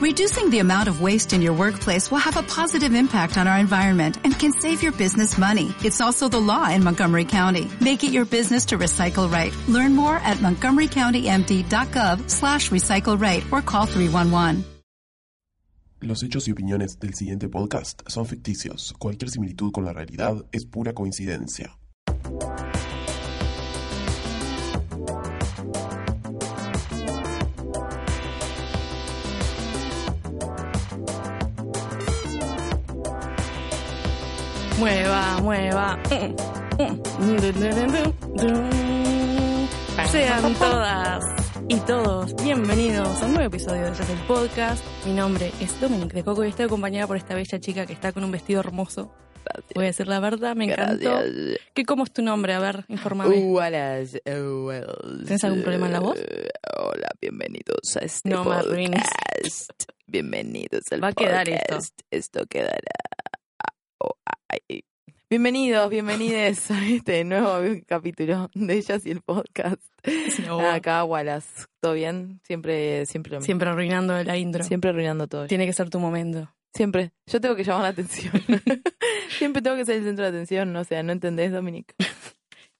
Reducing the amount of waste in your workplace will have a positive impact on our environment and can save your business money. It's also the law in Montgomery County. Make it your business to recycle right. Learn more at montgomerycountymd.gov slash recycle right or call 311. Los hechos y opiniones del siguiente podcast son ficticios. Cualquier similitud con la realidad es pura coincidencia. Mueva, mueva. Mm, mm. Sean todas y todos bienvenidos a un nuevo episodio de Jazz el Podcast. Mi nombre es Dominique de Coco y estoy acompañada por esta bella chica que está con un vestido hermoso. Voy a decir la verdad, me encantó. Gracias. ¿Qué, ¿Cómo es tu nombre? A ver, infórmame. Wallace, eh, Wells. ¿Tenés algún problema en la voz? Eh, Hola, bienvenidos a este No me arruines. podcast. Bienvenidos al Va a quedar esto. podcast. Esto quedará. oh, ay. Bienvenidos, bienvenides a este nuevo capítulo de ellas y el podcast. Ah, Acá Wallace, ¿todo bien? Siempre, siempre, lo mismo. Siempre arruinando la intro. siempre arruinando todo. Tiene que ser tu momento. Siempre. Yo tengo que llamar la atención. siempre tengo que ser el centro de atención. O sea, ¿no entendés, Dominic?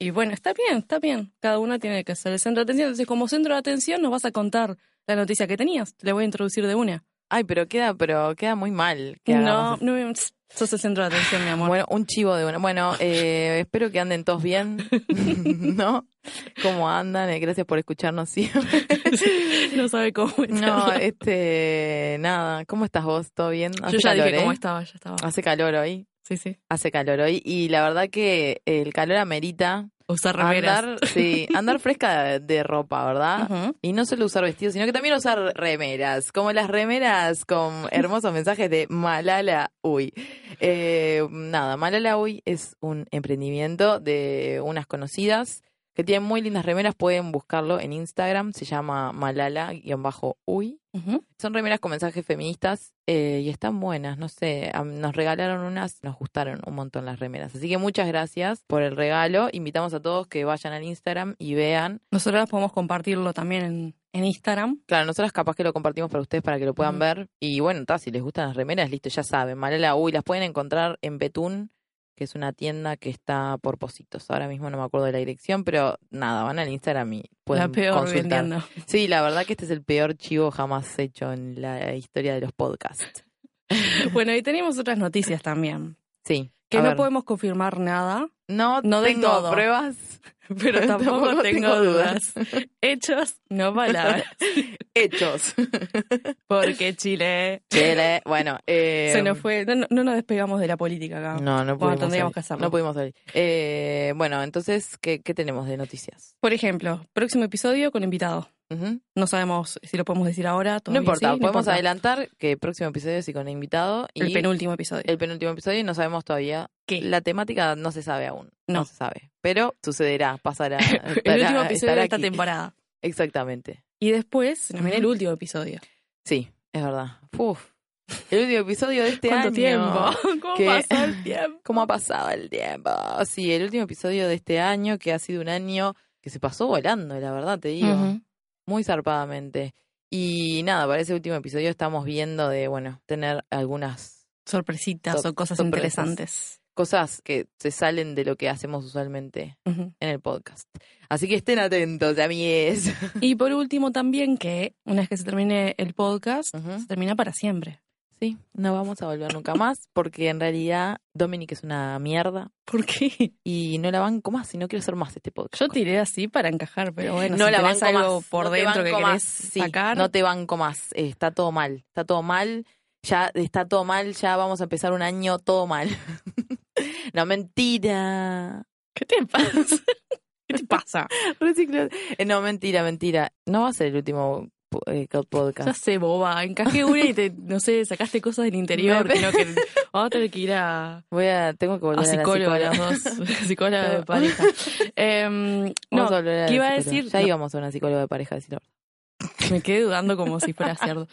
Y bueno, está bien, está bien. Cada una tiene que ser el centro de atención. Entonces, como centro de atención, nos vas a contar la noticia que tenías. Te la voy a introducir de una. Ay, pero queda, pero queda muy mal. que hagamos No, no, tss, sos el centro de atención, mi amor. Bueno, un chivo de una. Bueno, eh, espero que anden todos bien, ¿no? ¿Cómo andan? Eh, gracias por escucharnos siempre. no sabe cómo No, eh, echarla. este, nada. ¿Cómo estás vos? ¿Todo bien? Yo ya calor, dije eh? cómo estaba, ya estaba. Hace calor hoy. Sí, sí. Hace calor hoy. Y la verdad que el calor amerita Usar remeras. andar, sí, andar fresca de, de ropa, ¿verdad? Ujú. Y no solo usar vestidos, sino que también usar remeras, como las remeras con hermosos mensajes de Malala Uy. Eh, nada, Malala Uy es un emprendimiento de unas conocidas que tienen muy lindas remeras, pueden buscarlo en Instagram, se llama Malala-Uy. Ujú. Son remeras con mensajes feministas eh, y están buenas, no sé, a- nos regalaron unas, nos gustaron un montón las remeras. Así que muchas gracias por el regalo, invitamos a todos que vayan al Instagram y vean. Nosotras podemos compartirlo también en, en Instagram. Claro, nosotras capaz que lo compartimos para ustedes para que lo puedan Ujú. ver. Y bueno, ta, si les gustan las remeras, listo, ya saben, Malala Uy, las pueden encontrar en Betún, que es una tienda que está por Positos. Ahora mismo no me acuerdo de la dirección, pero nada, van al Instagram y pueden la peor consultar. vendiendo. Sí, la verdad que este es el peor chivo jamás hecho en la historia de los podcasts. Bueno, y tenemos otras noticias también. Sí. Que a no ver. podemos confirmar nada, No, no del tengo todo. pruebas, pero tampoco, tengo dudas. Hechos, no palabras. Hechos. Porque Chile Chile, bueno, eh, se nos fue. No, no- no nos despegamos de la política acá. No, no pudimos. tendríamos salir. que hacerlo. No pudimos salir. Eh, bueno, entonces, ¿qué, qué tenemos de noticias? Por ejemplo, próximo episodio con invitado. Ujú. No sabemos si lo podemos decir ahora. No todavía importa, sí, podemos importa. adelantar que el próximo episodio es con invitado y El penúltimo episodio. el penúltimo episodio y no sabemos todavía. ¿Qué? La temática no se sabe aún. No, No. se sabe. Pero sucederá, pasará. estará- el último episodio estará de esta aquí. temporada. Exactamente. Y después se nos viene el Ujú. Este último episodio. Sí, es verdad. Uf. El último episodio de este ¿Cuánto año. tiempo? ¿Cómo que- pasó el tiempo? ¿Cómo ha pasado el tiempo? Sí, el último episodio de este año, que ha sido un año que se pasó volando, la verdad te digo, Ujú. muy zarpadamente. Y nada, para ese último episodio estamos viendo de, bueno, tener algunas Sorpresitas Sor- o cosas sorpresas. interesantes. cosas que se salen de lo que hacemos usualmente Ujú. en el podcast. Así que estén atentos, amigues. Y por último también que una vez que se termine el podcast, Ujú. se termina para siempre. Sí, no vamos a volver nunca más, porque en realidad Dominic es una mierda ¿Por qué? y no la banco más y no quiero hacer más este podcast. Yo tiré así para encajar, pero bueno, no si la tenés banco algo más. por no te dentro que banco querés más. Sí, sacar, No te banco más. Eh, Está todo mal. Está todo mal. Ya está todo mal. Ya vamos a empezar un año todo mal. no, mentira. ¿qué te pasa? ¿Qué te pasa? Recicla- Eh, No, mentira, mentira. No va a ser el último po- eh, Ya podcast. sé, boba, encajé una y te, no sé, sacaste cosas del interior, Me- que no que vamos a tener que ir a, Voy a, tengo que volver a a, la psicóloga, psicóloga. las dos, psicóloga de pareja. Em, no, Vamos a volver a la ¿qué iba a psicóloga. decir? Ya No. íbamos a una psicóloga de pareja, decir la verdad. me quedé dudando como si fuera cierto.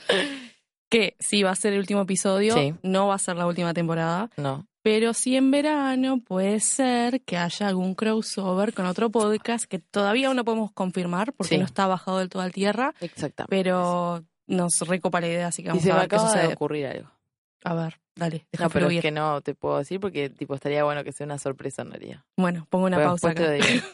Que sí, va a ser el último episodio, Sí. no va a ser la última temporada, No. pero sí en verano puede ser que haya algún crossover con otro podcast que todavía aún no podemos confirmar porque Sí. no está bajado del todo a tierra, Exactamente. pero nos recopa la idea, así que Y vamos se a me ver qué acaba de sucede. ocurrir algo. A ver, dale, deja No, pero fluir. es que no te puedo decir porque tipo estaría bueno que sea una sorpresa en realidad. Bueno, pongo una Pero pausa después acá. te digo.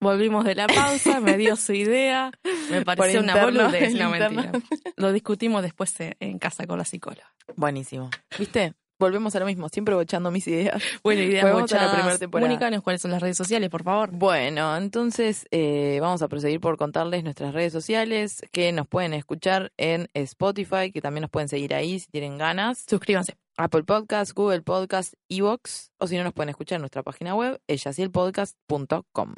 Volvimos de la pausa, me dio su idea, me pareció una interno, boludez, el no interno. mentira. Lo discutimos después eh, en casa con la psicóloga. Buenísimo. ¿Viste? Volvemos a lo mismo, siempre bochando mis ideas. Bueno, ideas Volvemos a la bochadas, primera temporada. comunícanos cuáles son las redes sociales, por favor. Bueno, entonces eh, vamos a proseguir por contarles nuestras redes sociales que nos pueden escuchar en Spotify, que también nos pueden seguir ahí si tienen ganas. Suscríbanse. Apple Podcast, Google Podcast, Evox, o si no nos pueden escuchar en nuestra página web, ellasielpodcast.com.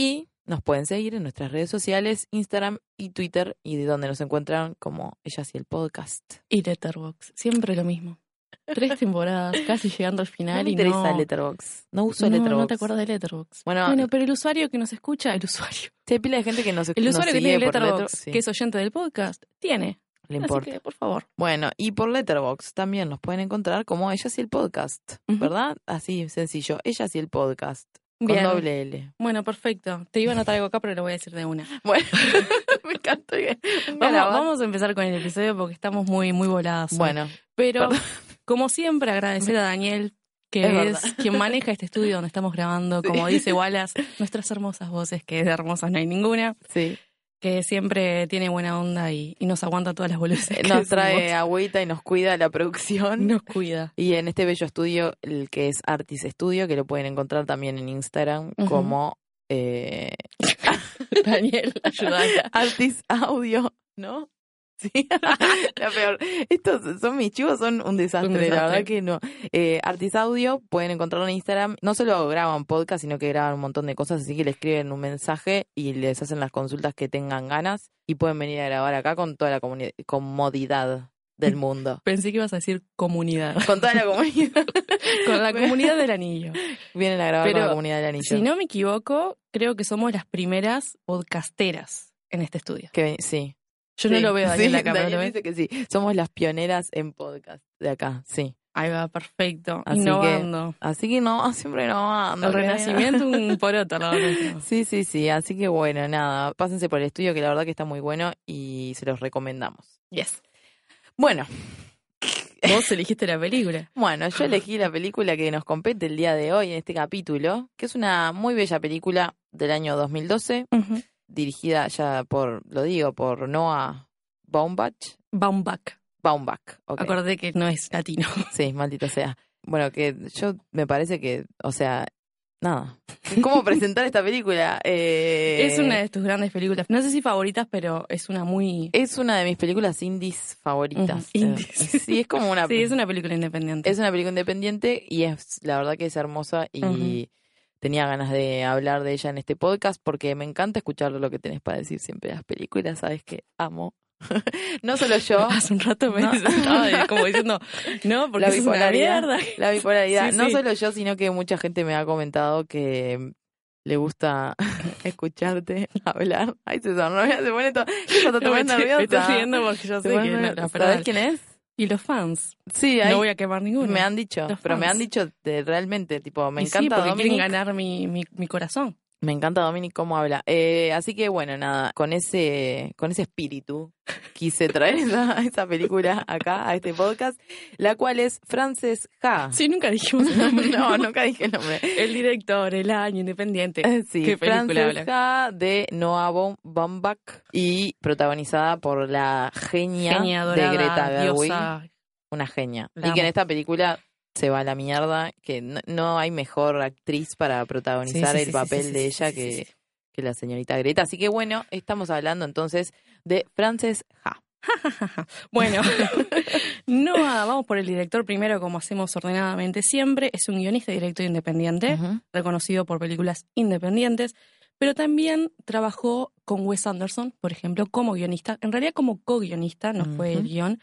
Y nos pueden seguir en nuestras redes sociales, Instagram y Twitter, y de donde nos encuentran como Ellas y el Podcast. Y Letterboxd, siempre lo mismo. Tres temporadas, casi llegando al No final me y interesa no... Letterboxd. No uso No, Letterboxd. no te acuerdas de Letterboxd. Bueno, Bueno, pero el usuario que nos escucha, el usuario, sí, hay pila de gente que nos el nos usuario que sigue tiene por Letterboxd, Letterboxd, sí, que es oyente del podcast, tiene. le Así importa. que, por favor. Bueno, y por Letterboxd también nos pueden encontrar como Ellas y el Podcast, Ujú. ¿verdad? Así, sencillo. Ellas y el Podcast. Con Bien. doble L. Bueno, perfecto. Te iba a anotar algo acá, pero lo voy a decir de una. Bueno, me encantó. Vamos, Vamos, vamos a empezar con el episodio porque estamos muy, muy voladas. hoy. Bueno, pero perdón. como siempre, agradecer a Daniel, que Es es, verdad. quien maneja este estudio donde estamos grabando, como dice Wallace, nuestras hermosas voces, que de hermosas no hay ninguna, sí. que siempre tiene buena onda y, y nos aguanta todas las boludeces. Eh, que Nos decimos. trae agüita y nos cuida la producción. Nos cuida. Y en este bello estudio, el que es Artis Studio, que lo pueden encontrar también en Instagram Ujú. como eh, Daniel, ayuda. Artis Audio, ¿no? Sí, la peor. Estos son mis chivos, son un desastre, Un la verdad desastre. que no. Eh, Artis Audio, pueden encontrarlo en Instagram. No solo graban podcast, sino que graban un montón de cosas, así que le escriben un mensaje y les hacen las consultas que tengan ganas y pueden venir a grabar acá con toda la comuni- comodidad del mundo. Pensé que ibas a decir comunidad. Con toda la comunidad. Con la comunidad del anillo. Vienen a grabar Pero, con la comunidad del anillo. Si no me equivoco, creo que somos las primeras podcasteras en este estudio. Que ven- sí. Yo no Sí, lo veo ahí sí, en la cámara, ¿lo Daniel ves? dice que sí. Somos las pioneras en podcast de acá, sí. Ahí va, perfecto. Así que- Innovando. Así que no, siempre no van. El renacimiento un poroto, la verdad. Sí, sí, sí. Así que bueno, nada. Pásense por el estudio que la verdad que está muy bueno y se los recomendamos. Yes. Bueno, Vos elegiste la película. bueno, yo elegí la película que nos compete el día de hoy en este capítulo, que es una muy bella película del año 2012, dirigida ya por, lo digo, por Noah Baumbach. Baumbach. Baumbach, ok. Acordé que no es latino. Sí, maldito sea. Bueno, que yo me parece que, o sea, nada. ¿Cómo presentar esta película? Eh, Es una de tus grandes películas. No sé si favoritas, pero es una muy. es una de mis películas indies favoritas. Ujú, indies. Eh, Sí, es como una. Sí, es una película independiente. es una película independiente y es la verdad que es hermosa y Ujú. tenía ganas de hablar de ella en este podcast porque me encanta escuchar lo que tenés para decir siempre de las películas. Sabes que amo. no solo yo. Hace un rato me No. estaba de- como diciendo, no, porque La es una bipolaridad. mierda. La bipolaridad. Sí, No sí. solo yo, sino que mucha gente me ha comentado que le gusta escucharte hablar. Ay, se sonroja, se pone todo. ¿Qué pasa? ¿Te me, pones estoy- me estoy nerviosa? riendo porque yo sé ¿Te que pones la, nerviosa? la ¿Sabés parada- quién es? Y los fans. Sí, ahí No voy a quemar ninguno. me han dicho. Los Pero me han fans. dicho de- realmente, tipo, me Y sí, encanta porque quieren Dominic. ganar mi, mi, mi corazón. Me encanta Dominic cómo habla. Eh, así que bueno, nada, con ese, con ese espíritu quise traer esa, esa película acá, a este podcast, la cual es Frances Ha. Sí, nunca dijimos el nombre. No, nunca dije el nombre. El director, el año, independiente. Sí, Qué película habla. Francesca de Noah Bom- Baumbach y protagonizada por la genia, Genia, de Greta dorada, Gerwig, diosa. una genia. La y que en amo. esta película se va a la mierda, que no, no hay mejor actriz para Sí, protagonizar sí, sí, el sí, papel sí, de sí, ella sí, que, sí, sí. que la señorita Greta. Así que bueno, estamos hablando entonces de Frances Ha. Bueno, no, ah, vamos por el director primero, como hacemos ordenadamente siempre. Es un guionista y director independiente, Ujú. reconocido por películas independientes, pero también trabajó con Wes Anderson, por ejemplo, como guionista, en realidad como co-guionista, no fue el Ujú. guión,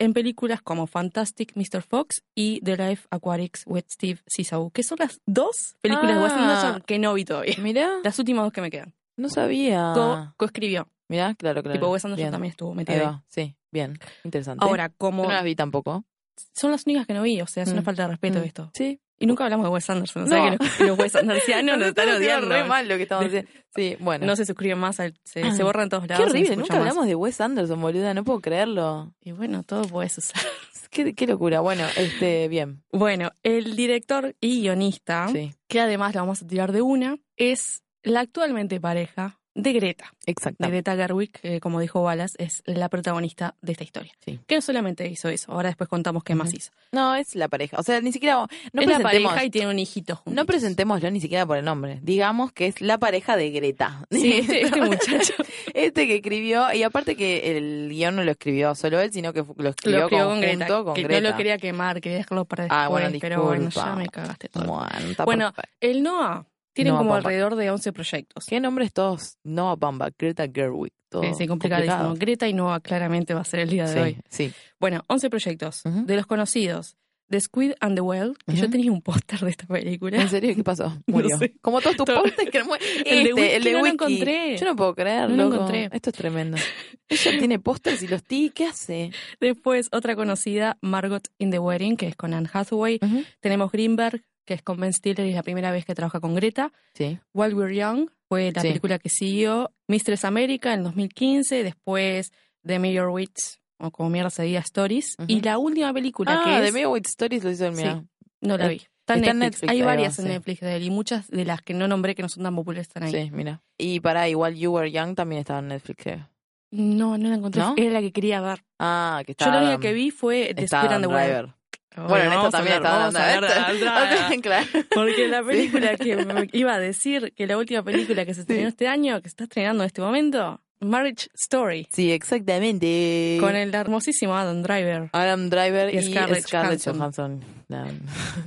en películas como Fantastic Mr. Fox y The Life Aquatics with Steve Zissou, que son las dos películas de Wes Ah. Anderson que no vi todavía. Mirá, Las últimas dos que me quedan. no sabía. Co- Co-escribió. Mirá, claro, Ah. claro. Tipo, Wes Anderson Bien. también estuvo Ahí metido ahí. va, sí, bien, interesante. Ahora, Yo como no las vi tampoco. son las únicas que no vi, o sea, es una Mm. falta de respeto Mm. esto. Sí, Y nunca hablamos de Wes Anderson. O sea No. que los, los Wes Andersianos nos están Nosotros hicimos odiando. re mal lo que estamos haciendo. Sí, bueno. No se suscribe más, al- se, se borra en todos Qué lados. no se horrible, escucha nunca más. hablamos de Wes Anderson, boluda, no puedo creerlo. Y bueno, todo puede suceder. Qué, qué locura. Bueno, este, bien. Bueno, el director y guionista, Sí, que además la vamos a tirar de una, es la actualmente pareja de Greta. exacto. De Greta Gerwig, que, como dijo Wallace, es la protagonista de esta historia. Sí. Que no solamente hizo eso, ahora después contamos qué más Ujú. hizo. No, es la pareja. O sea, ni siquiera. No es la presentemos- pareja y tiene un hijito juntos. No presentémoslo ni siquiera por el nombre. Digamos que es la pareja de Greta. Sí, este, este muchacho Este que escribió, y aparte que el guión no lo escribió solo él, sino que fu- lo escribió, lo escribió con conjunto Greta, con que Greta. no lo quería quemar, quería dejarlo para después, Ah, bueno, pero bueno, ya disculpa. me cagaste todo. Bueno, está Bueno, perfecto. El NOAA tiene Noah como Baumbach. alrededor de 11 proyectos. ¿qué nombres todos? Noah Bamba, Greta Gerwig. Todo Sí, sí, complicadísimo. complicado. Greta y Noah claramente va a ser el día de hoy. Sí, sí. Bueno, 11 proyectos Ujú. de los conocidos. The Squid and the Whale, que yo Ujú. tenía un póster de esta película. ¿En serio? ¿Qué pasó? No Murió. sé. Como todos tus Todo- postes que no mu- de Este, Wiki el de no lo Wiki. encontré. Yo no puedo creer, No lo loco. encontré. Esto es tremendo. Ella tiene pósters y los ti, ¿qué hace? Después, otra conocida, Margot in the Wedding, que es con Anne Hathaway. Ujú. Tenemos Greenberg, que es con Ben Stiller y es la primera vez que trabaja con Greta. Sí. While We're Young fue la Sí. película que siguió. Mistress America en 2015. Después, The Mayor Wits, o como mierda se diga, Stories. Ujú. Y la última película Ah, que de es- Media With Stories lo hizo el Sí. mío. No la Es- vi. Está en está en Netflix. Netflix, Hay ahí va, varias en sí. Netflix de él y muchas de las que no nombré que no son tan populares están ahí. Sí, mira. Y para igual You Were Young también estaba en Netflix. creo. No, no la encontré. ¿No? Era la que quería ver. Ah, que Yo estaba. la única Adam- que vi fue The estaba Squid and the Adam Whale. Driver. Bueno, en esta vamos a también hablar- estaba vamos a Adam hablar de Adam Driver. Driver. Claro. Porque la película que me iba a decir que la última película que se estrenó este año, que se está estrenando en este momento, Marriage Story, Sí, exactamente. con el hermosísimo Adam Driver. Adam Driver Y y, Scarlett Scarlett, Johansson. Johansson. La,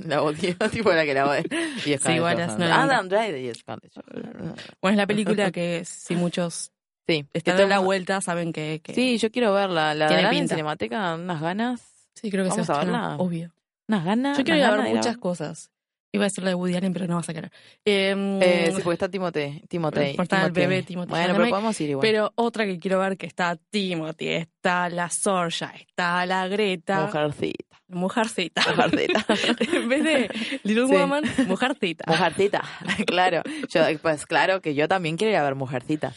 la odio, tipo la que la odio. Y Scarlett igual es Johansson. no la- Adam Driver y Scarlett Johansson. Bueno, es la película que si muchos Sí, que están todo en el la mundo- vuelta saben que... que- Sí, yo quiero verla. La Tiene darán en pinta. Cinemateca, unas ganas. Sí, creo que Vamos se va a estrenar, verla. Ah, Obvio. Unas ganas. Yo quiero ir unas a ver ganas de ir a muchas cosas. Iba a decir la de Woody Allen, pero no vas a querer. Em, Eh, sí, porque está Timote. Timote. Porque está el bebé Timothée Bueno, Chalamet, pero podemos ir igual. Pero otra que quiero ver que está Timothy, está la Sorja, está la Greta. Mujercita. Mujercita. Mujercita. en vez de Little Sí. Woman, Mujercita. Mujercita, claro. Yo, pues claro que yo también quiero ir a ver Mujercita.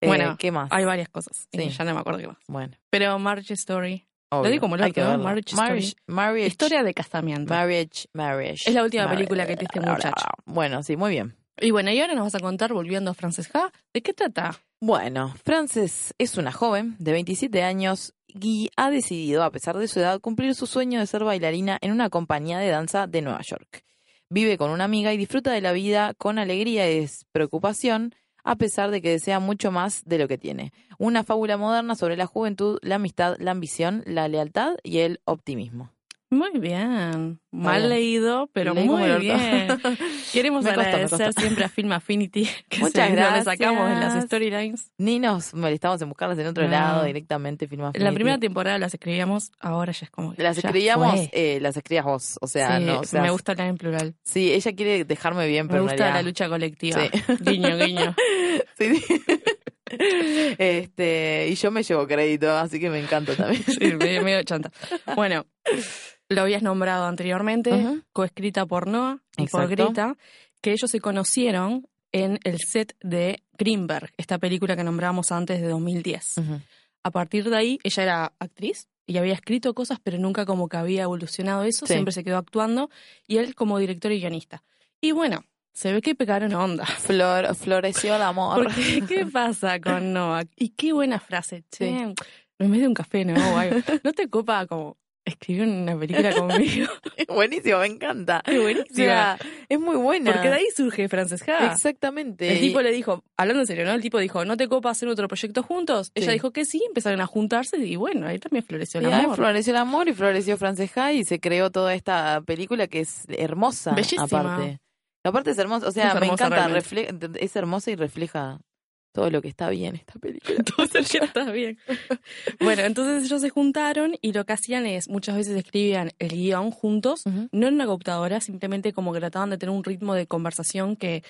Eh, Bueno, ¿qué más? Hay varias cosas. y Sí. Ya no me acuerdo qué más. Bueno, Pero Marriage Story. obvio, digo como hay loco, que ¿no? verla. Marriage Story. Marriage, Historia de casamiento. Marriage, marriage. Es la última marriage. película que tiene este muchacho. Bueno, sí, muy bien. Y bueno, y ahora nos vas a contar, volviendo a Frances Ha, ¿de qué trata? Bueno, Frances es una joven de 27 años y ha decidido, a pesar de su edad, cumplir su sueño de ser bailarina en una compañía de danza de Nueva York. Vive con una amiga y disfruta de la vida con alegría y despreocupación, a pesar de que desea mucho más de lo que tiene. Una fábula moderna sobre la juventud, la amistad, la ambición, la lealtad y el optimismo. Muy bien. Mal bien. leído, pero Leí como muy el orto. bien. Queremos Me costó, me agradecer costó. siempre a Film Affinity, que Muchas siempre gracias. lo sacamos en las storylines. Ni nos molestamos en buscarlas en otro No. lado, directamente Film La Affinity. primera temporada las escribíamos, ahora ya es como. que las ya escribíamos, fue. eh, las escribías vos, o sea, Sí, no, o sea, me gusta hablar en plural. Sí, ella quiere dejarme bien, Me pero en gusta la realidad- lucha colectiva. Sí. Guiño, guiño. Sí, sí. Este, y yo me llevo crédito, así que me encanta también. Sí, medio, medio chanta. Bueno, lo habías nombrado anteriormente, Ujú. coescrita por Noah y por Exacto. Greta, que ellos se conocieron en el set de Greenberg, esta película que nombrábamos antes de 2010. Ujú. A partir de ahí, ella era actriz y había escrito cosas, pero nunca como que había evolucionado eso, Sí. siempre se quedó actuando, y él como director y guionista. Y bueno, se ve que pecaron onda. Flor, floreció el amor. Porque, ¿qué pasa con Novak? Y qué buena frase, che. En vez de un café, ¿no? O algo. ¿No te copa como escribir una película conmigo? Buenísimo, me encanta. Qué O sea, es muy buena. Porque de ahí surge Frances Ha. Exactamente. El tipo le dijo, hablando en serio, ¿no? El tipo dijo, ¿no te copa hacer otro proyecto juntos? Ella Sí. dijo que sí, empezaron a juntarse y bueno, ahí también floreció Y el ahí amor. floreció el amor y floreció Francesca y se creó toda esta película que es hermosa. Bellísima. Aparte. Aparte es hermosa, o sea, Es me hermosa encanta, realmente. refle- es hermosa y refleja todo lo que está bien esta película. Entonces ya estás bien. bueno, entonces ellos se juntaron y lo que hacían es, muchas veces escribían el guión juntos Ujú. no en una computadora, simplemente como que trataban de tener un ritmo de conversación que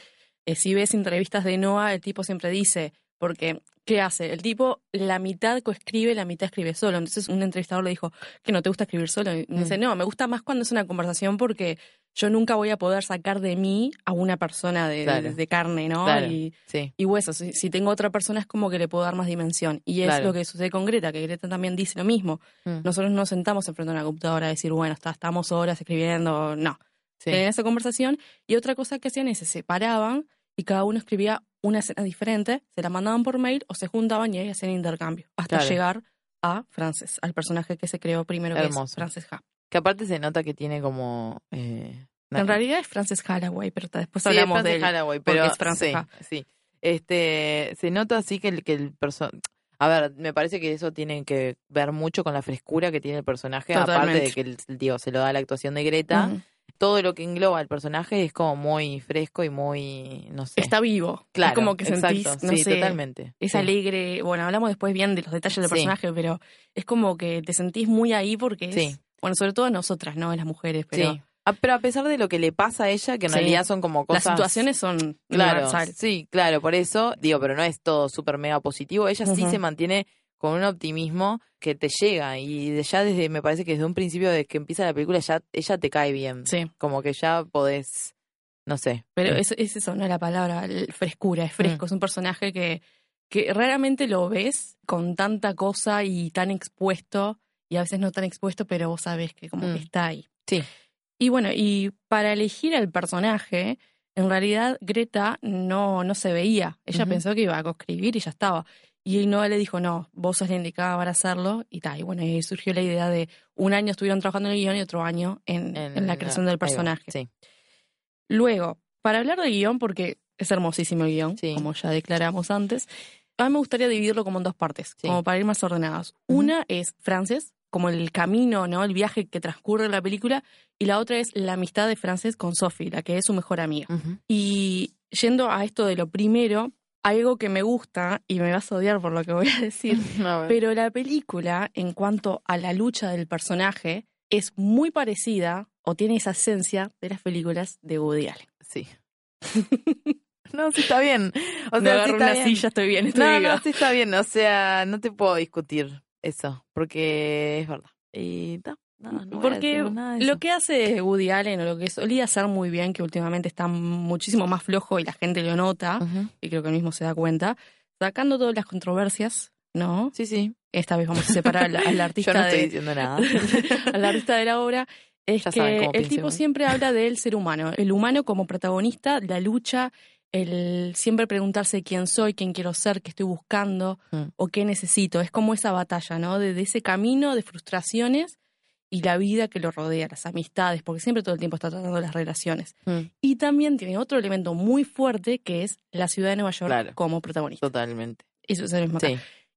eh, si ves entrevistas de Noah, el tipo siempre dice, Porque, ¿qué hace? El tipo la mitad coescribe, la mitad escribe solo. Entonces un entrevistador le dijo, que no te gusta escribir solo. Y me Mm. dice, no, me gusta más cuando es una conversación porque yo nunca voy a poder sacar de mí a una persona de, Claro. de carne, ¿no? Claro. Y, Sí. y huesos. Si, si tengo otra persona es como que le puedo dar más dimensión. Y es Claro. lo que sucede con Greta, que Greta también dice lo mismo. Mm. Nosotros no nos sentamos enfrente de una computadora a decir, bueno, está- estamos horas escribiendo. No. Sí. Tenían esa conversación. Y otra cosa que hacían es se separaban y cada uno escribía una escena diferente, se la mandaban por mail o se juntaban y ahí hacían intercambio. Hasta Claro. llegar a Frances, al personaje que se creó primero, que Hermoso. es Frances Ha. Que aparte se nota que tiene como. eh, una- En realidad es Frances Haraway, pero ta- después Sí, es hablamos Frances de él. Haraway, porque pero es Frances sí, Ha. sí. Este, se nota así que el, que el perso- A ver, me parece que eso tiene que ver mucho con la frescura que tiene el personaje, aparte de Totalmente. que el, el tío se lo da la actuación de Greta. Ujú. Todo lo que engloba el personaje es como muy fresco y muy, no sé. Está vivo. claro, es como que sentís, exacto, no sí, sé, totalmente. es sí. alegre. Bueno, hablamos después bien de los detalles del Sí. personaje, pero es como que te sentís muy ahí porque es. Sí. Bueno, sobre todo nosotras, ¿no? Las mujeres, pero Sí. Ah, pero a pesar de lo que le pasa a ella, que en Sí. realidad son como las cosas. situaciones son Claro, universales. sí, claro, por eso digo, pero no es todo súper mega positivo. Ella sí Ujú. se mantiene con un optimismo que te llega y de- ya desde, me parece que desde un principio, desde que empieza la película, ya ella te cae bien. Sí, Como que ya podés, no sé. pero Eh, es, es eso, no la palabra, el- frescura, es Mm. fresco, es un personaje que, que raramente lo ves con tanta cosa y tan expuesto, y a veces no tan expuesto, pero vos sabés que como Mm. que está ahí. Sí. Y bueno, y para elegir al personaje, en realidad Greta no, no se veía. Ella Ujú. pensó que iba a coescribir y ya estaba. Y él no le dijo, no, vos sos la indicada para hacerlo. Y tal, y bueno, ahí surgió la idea de un año estuvieron trabajando en el guión y otro año en, en en la creación ahí del va, personaje. Sí, Luego, para hablar de guión, porque es hermosísimo el guión, Sí. como ya declaramos antes, a mí me gustaría dividirlo como en dos partes, Sí. como para ir más ordenadas. Ujú. Una es Frances, como el camino, ¿no? El viaje que transcurre en la película, y la otra es la amistad de Frances con Sophie, la que es su mejor amiga. Ujú. Y yendo a esto de lo primero, algo que me gusta, y me vas a odiar por lo que voy a decir, pero la película, en cuanto a la lucha del personaje, es muy parecida o tiene esa esencia de las películas de Woody Allen. sí. no, sí está bien. O sea, me sí agarro está una bien. silla, estoy bien, estoy No, viva. no, sí está bien. O sea, no te puedo discutir eso, porque es verdad. Y ta, nada, no voy a Porque decir más nada de eso. lo que hace Woody Allen o lo que solía hacer muy bien, que últimamente está muchísimo más flojo y la gente lo nota, Ujú. y creo que él mismo se da cuenta, sacando todas las controversias, ¿no? Sí, sí. Esta vez vamos a separar al, al artista Yo no estoy de, diciendo nada. al artista de la obra es Ya que saben cómo el pienso tipo igual. siempre habla del ser humano, el humano como protagonista, la lucha, el siempre preguntarse quién soy, quién quiero ser, qué estoy buscando Mm. o qué necesito. Es como esa batalla, ¿no? De, de ese camino de frustraciones y la vida que lo rodea, las amistades, porque siempre todo el tiempo está tratando las relaciones. Mm. Y también tiene otro elemento muy fuerte que es la ciudad de Nueva York Claro. como protagonista. Totalmente. Eso es el mismo acá. Sí.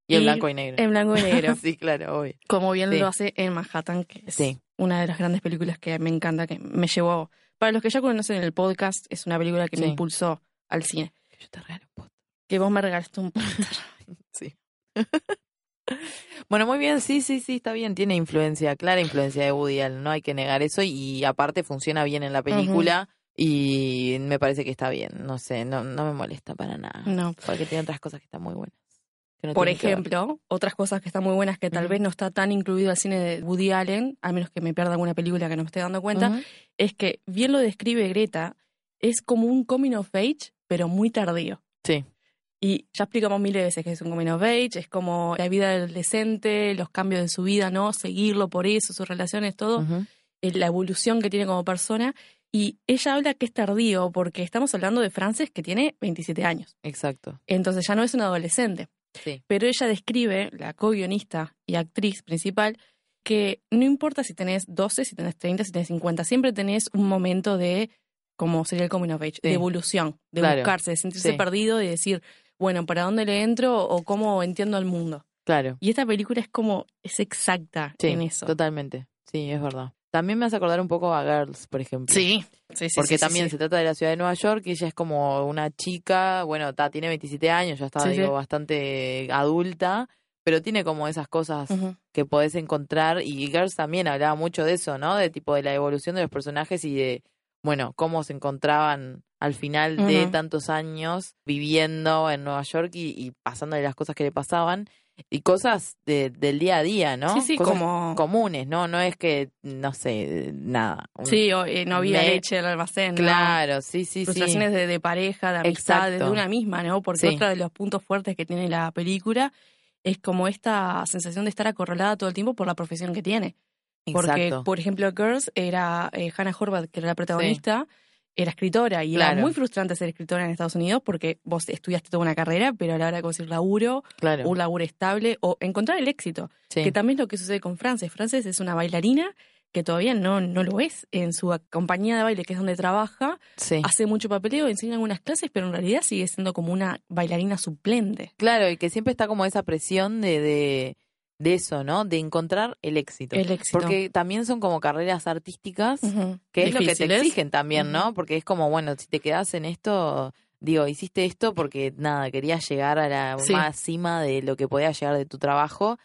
Y el Y blanco y negro. En blanco y negro. sí, claro, obvio. como bien Sí. lo hace en Manhattan, que es Sí. una de las grandes películas que me encanta, que me llevó. Para los que ya conocen el podcast, es una película que me Sí. impulsó al cine. Yo te regalo un post. Que vos me regalaste un póster. Sí. bueno, muy bien. Sí, sí, sí, está bien. Tiene influencia, clara influencia de Woody Allen. No hay que negar eso. Y aparte funciona bien en la película. Y me parece que está bien. No sé, no, no me molesta para nada. No. Porque tiene otras cosas que están muy buenas. que no Por tienen que ver. ejemplo, otras cosas que están muy buenas que tal Ujú. vez no está tan incluido al cine de Woody Allen, al menos que me pierda alguna película que no me esté dando cuenta, Ujú. es que bien lo describe Greta, es como un coming of age, pero muy tardío. Sí. Y ya explicamos miles de veces que es un coming of age, es como la vida del adolescente, los cambios de su vida, ¿no? Seguirlo por eso, sus relaciones, todo. Ujú. eh, la evolución que tiene como persona. Y ella habla que es tardío porque estamos hablando de Frances que tiene 27 años. Exacto. Entonces ya no es una adolescente. Sí. Pero ella describe, la co-guionista y actriz principal, que no importa si tenés 12, si tenés 30, si tenés 50, siempre tenés un momento de, como sería el coming of age, de Sí. evolución, de Claro. buscarse, de sentirse Sí. perdido y decir, bueno, ¿para dónde le entro o cómo entiendo al mundo? Claro. Y esta película es como, es exacta Sí, en eso. totalmente. Sí, es verdad. También me hace acordar un poco a Girls, por ejemplo. Sí, sí, sí. Porque sí, sí, también sí. se trata de la ciudad de Nueva York y ella es como una chica, bueno, ta, tiene 27 años, ya está Sí, sí. digo, bastante adulta, pero tiene como esas cosas Ujú. que podés encontrar y Girls también hablaba mucho de eso, ¿no? De tipo de la evolución de los personajes y de, bueno, cómo se encontraban al final de Ujú. tantos años viviendo en Nueva York y, y pasándole las cosas que le pasaban y cosas de- del día a día, ¿no? Sí, sí, Cosas como. comunes, ¿no? No es que, no sé, nada. Un- Sí, o, eh, no había Me- leche en el almacén. ¿no? Claro, sí, sí, sí. Frustraciones de, de pareja, de amistad, Exacto. de una misma, ¿no? Porque Sí. otro de los puntos fuertes que tiene la película es como esta sensación de estar acorralada todo el tiempo por la profesión que tiene. Porque, Exacto. por ejemplo, Girls era eh, Hannah Horvath, que era la protagonista, era escritora y Claro. era muy frustrante ser escritora en Estados Unidos porque vos estudiaste toda una carrera, pero a la hora de conseguir laburo, Claro. un laburo estable o encontrar el éxito, sí. que también es lo que sucede con Frances. Frances es una bailarina que todavía no, no lo es. En su a- compañía de baile, que es donde trabaja, Sí. hace mucho papeleo, enseña algunas clases, pero en realidad sigue siendo como una bailarina suplente. Claro, y que siempre está como esa presión de, de, de eso, ¿no? De encontrar el éxito. El éxito. Porque también son como carreras artísticas, Ujú. que es lo que te Difíciles. exigen también, ¿no? Ujú. Porque es como, bueno, si te quedas en esto, digo, hiciste esto porque nada, querías llegar a la Sí. más cima de lo que podías llegar de tu trabajo.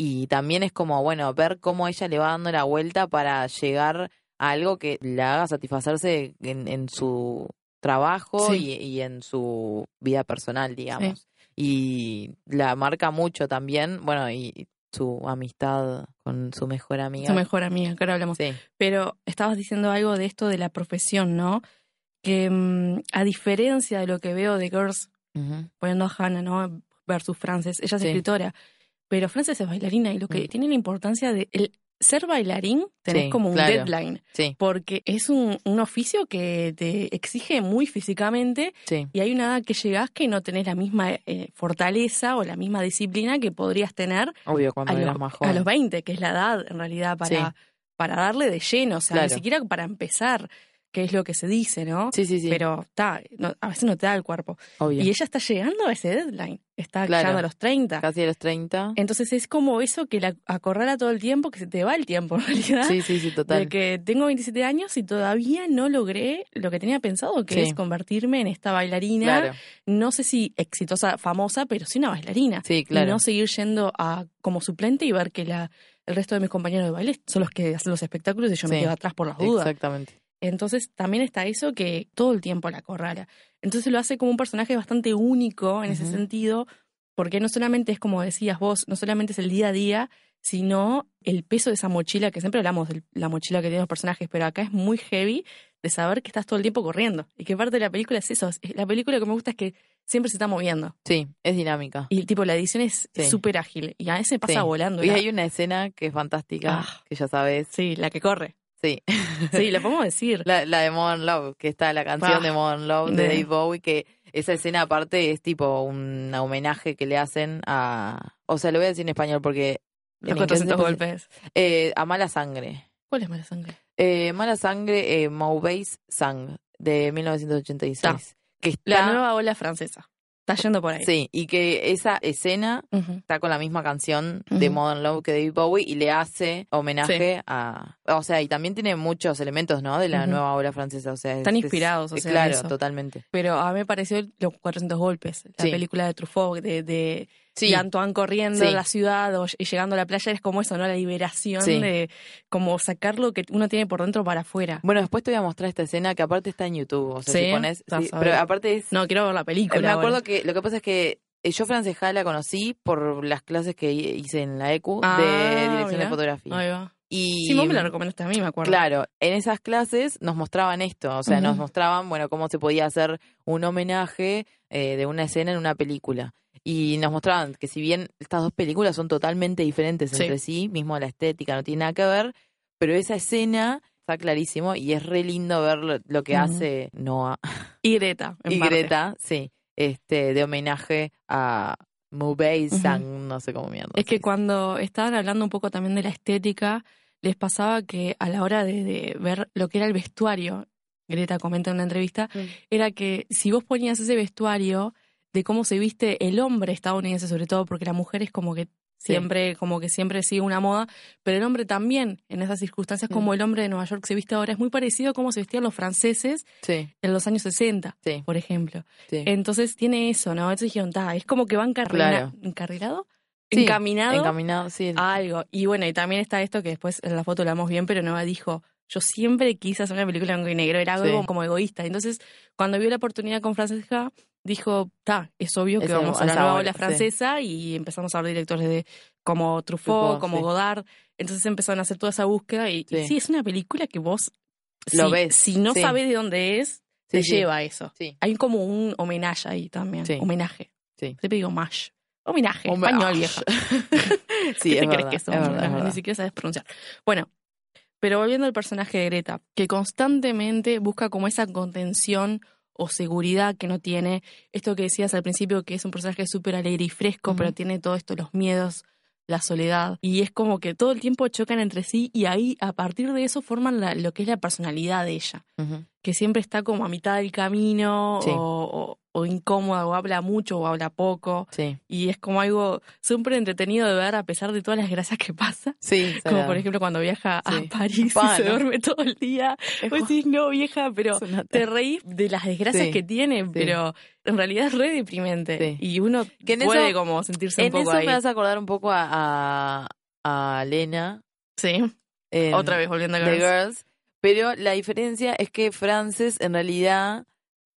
Y también es como, bueno, ver cómo ella le va dando la vuelta para llegar a algo que la haga satisfacerse en, en su trabajo Sí. y, y en su vida personal, digamos. Y la marca mucho también, bueno, y y su amistad con su mejor amiga. Su mejor amiga, que ahora hablamos. Sí. Pero estabas diciendo algo de esto de la profesión, ¿no? Que mm, a diferencia de lo que veo de Girls Ujú. poniendo a Hannah, ¿no? Versus Frances, ella es Sí. escritora, pero Frances es bailarina y lo que Mm. tiene la importancia de el ser bailarín tenés Sí, como un claro. deadline, Sí, porque es un, un oficio que te exige muy físicamente sí. y hay una edad que llegás que no tenés la misma eh, fortaleza o la misma disciplina que podrías tener Obvio, cuando a eras los, más a joven. los 20, que es la edad en realidad para, Sí. para darle de lleno, o sea, Claro. ni siquiera para empezar, que es lo que se dice, ¿no? Sí, sí, sí. Pero está, no- a veces no te da el cuerpo. obvio. Y ella está llegando a ese deadline, está Claro. llegando a los 30. Casi a los 30. Entonces es como eso que la acorrala todo el tiempo, que se te va el tiempo en realidad. Sí, sí, sí, total. De que tengo 27 años y todavía no logré lo que tenía pensado, que Sí. es convertirme en esta bailarina Claro. no sé si exitosa, famosa, pero sí una bailarina. Sí, claro. Y no seguir yendo a como suplente y ver que la, el resto de mis compañeros de baile son los que hacen los espectáculos y yo me Sí. quedo atrás por las dudas. Exactamente. Entonces también está eso que todo el tiempo la corrala. Entonces lo hace como un personaje bastante único en ese Ujú. sentido, porque no solamente es como decías vos, no solamente es el día a día, sino el peso de esa mochila, que siempre hablamos de la mochila que tienen los personajes, pero acá es muy heavy de saber que estás todo el tiempo corriendo. Y que parte de la película es eso. es- La película que me gusta es que siempre se está moviendo. Sí, es dinámica. Y tipo, la edición es Sí. súper ágil. Y a veces pasa Sí. volando. Y la- hay una escena que es fantástica, Ah. que ya sabes. Sí, la que corre. Sí. Sí, la podemos decir. La, la de Modern Love, que está la canción Ah, de Modern Love de de- Dave Bowie, que esa escena aparte es tipo un homenaje que le hacen a. O sea, lo voy a decir en español porque. en Los inglés 400 es- golpes. eh, a mala sangre. ¿Cuál es mala sangre? Eh, Mala Sangre, eh, Mauveis Sang, de 1986. Que está, La nueva ola francesa. Está yendo por ahí. Sí, y que esa escena Ujú. está con la misma canción de Ujú. Modern Love que David Bowie y le hace homenaje a... O sea, y también tiene muchos elementos, ¿no? De la Ujú. nueva ola francesa. O sea, es- Están es- inspirados, o eh, sea, en Claro, eso. totalmente. Pero a mí me pareció Los 400 golpes. La Sí. película de Truffaut, de, de, Sí, de Antoine corriendo Sí. a la ciudad o- y llegando a la playa. Es como eso, ¿no? La liberación Sí. de como sacar lo que uno tiene por dentro para afuera. bueno, después te voy a mostrar esta escena que aparte está en YouTube. O sea, Sí, si pones... vas sí, a pero ver. aparte es... eh, No, quiero ver la película. me acuerdo ahora. que lo que pasa es que eh, yo Francesca la conocí por las clases que hice en la ECU de Ah, dirección de mirá. fotografía. Ahí va. Y Sí, vos me la recomendaste a mí, me acuerdo. Claro, en esas clases nos mostraban esto, o sea, nos Ujú. mostraban, bueno, cómo se podía hacer un homenaje eh, de una escena en una película. Y nos mostraban que si bien estas dos películas son totalmente diferentes Sí. entre sí, mismo la estética no tiene nada que ver, pero esa escena está clarísimo y es re lindo ver lo, lo que Ujú. hace Noah Y Greta, en y parte. Greta, sí, este, de homenaje a Mubei Ujú. Sang, no sé cómo mierda. Es se que dice. cuando estaban hablando un poco también de la estética, les pasaba que a la hora de, de ver lo que era el vestuario, Greta comenta en una entrevista, Mm. era que si vos ponías ese vestuario de cómo se viste el hombre estadounidense, sobre todo porque la mujer es como que siempre, como que siempre sigue una moda, pero el hombre también, en esas circunstancias, Mm. como el hombre de Nueva York se viste ahora, es muy parecido a cómo se vestían los franceses Sí, en los años 60, Sí. por ejemplo. sí. Entonces tiene eso, ¿no? Entonces dijeron, "Ta, es como que van Claro. encarrilado Sí, encaminado Encaminado, sí. a algo. Y bueno, y también está esto que después en la foto lo vamos bien, pero Noah dijo, yo siempre quise hacer una película en blanco y negro, era algo Sí. como egoísta. Entonces, cuando vio la oportunidad con Francesca, dijo, ta, es obvio que Es vamos algo- a la es nueva ahora, ola sí. francesa y empezamos a ver directores de como Truffaut, Truffaut, como sí. Godard. Entonces empezaron a hacer toda esa búsqueda y y sí, Sí. es una película que vos Lo si- ves, Si no sí. sabes de dónde es, Sí, te sí. lleva a eso. Sí. Hay como un homenaje ahí también. Sí. Homenaje. Sí. Siempre digo mash. Homenaje. Homenaje. Español, vieja. sí, ¿Qué es te crees verdad, que es es verdad, es homenaje? verdad. Ni siquiera sabes pronunciar. Bueno, pero volviendo al personaje de Greta, que constantemente busca como esa contención o seguridad que no tiene. Esto que decías al principio, que es un personaje súper alegre y fresco, Ujú. pero tiene todo esto, los miedos, la soledad. Y es como que todo el tiempo chocan entre sí y ahí, a partir de eso, forman la- lo que es la personalidad de ella Ujú. que siempre está como a mitad del camino Sí. o, o- o incómoda o habla mucho o habla poco Sí, y es como algo súper entretenido de ver a pesar de todas las gracias que pasa. sí. es Como verdad. por ejemplo cuando viaja a Sí. París Pa, y se ¿no? duerme todo el día. Es Vos decís, no vieja, pero una- te reís de las desgracias Sí, que tiene, pero en realidad es re deprimente. Sí. Y uno Que en puede eso- como sentirse un En poco eso ahí. me hace acordar un poco a, a, a Lena. Sí, en- otra vez volviendo a The Girls. Girls. Pero la diferencia es que Frances en realidad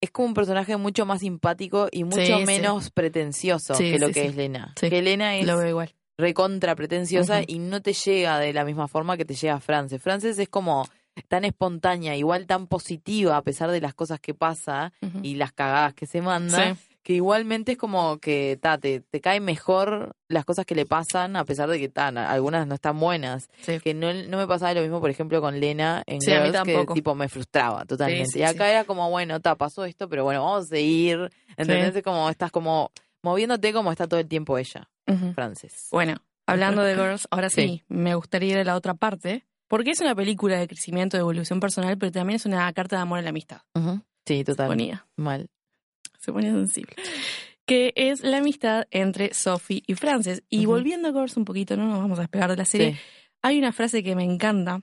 es como un personaje mucho más simpático y mucho Sí, sí. menos pretencioso Sí, que lo sí, que sí. es Lena. Sí. Que Elena es Lo veo igual. recontra pretenciosa Ujú. y no te llega de la misma forma que te llega Frances. Frances es como tan espontánea, igual tan positiva a pesar de las cosas que pasa Ujú. y las cagadas que se manda Sí. que igualmente es como que ta, te, te cae mejor las cosas que le pasan, a pesar de que tan, algunas no están buenas. Sí. Que no, no me pasaba lo mismo, por ejemplo, con Lena en Sí, a mí Girls, que tampoco. tipo me frustraba totalmente. sí, y acá era como, bueno, ta, pasó esto, pero bueno, vamos a seguir. ¿Entendés? Es Como estás como moviéndote como está todo el tiempo ella, Ujú. Frances. Bueno, hablando de Girls, ahora sí, Sí. me gustaría ir a la otra parte, porque es una película de crecimiento, de evolución personal, pero también es una carta de amor a la amistad. Ujú. Sí, Se total. ponía, Mal. se ponía sensible. Que es la amistad entre Sophie y Frances. Y Ujú. volviendo a Girls un poquito, no nos vamos a despegar de la serie. Sí. Hay una frase que me encanta,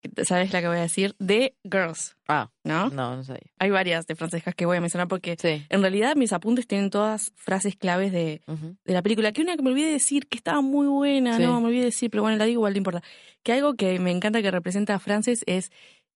que ¿sabes la que voy a decir? De Girls, Ah, ¿no? no, no sabía. Hay varias de Francescas que voy a mencionar porque Sí. en realidad mis apuntes tienen todas frases claves de, Ujú. de la película, que una que me olvidé decir, que estaba muy buena, Sí. no, me olvidé decir, pero bueno, la digo igual, no importa. Que algo que me encanta que representa a Frances es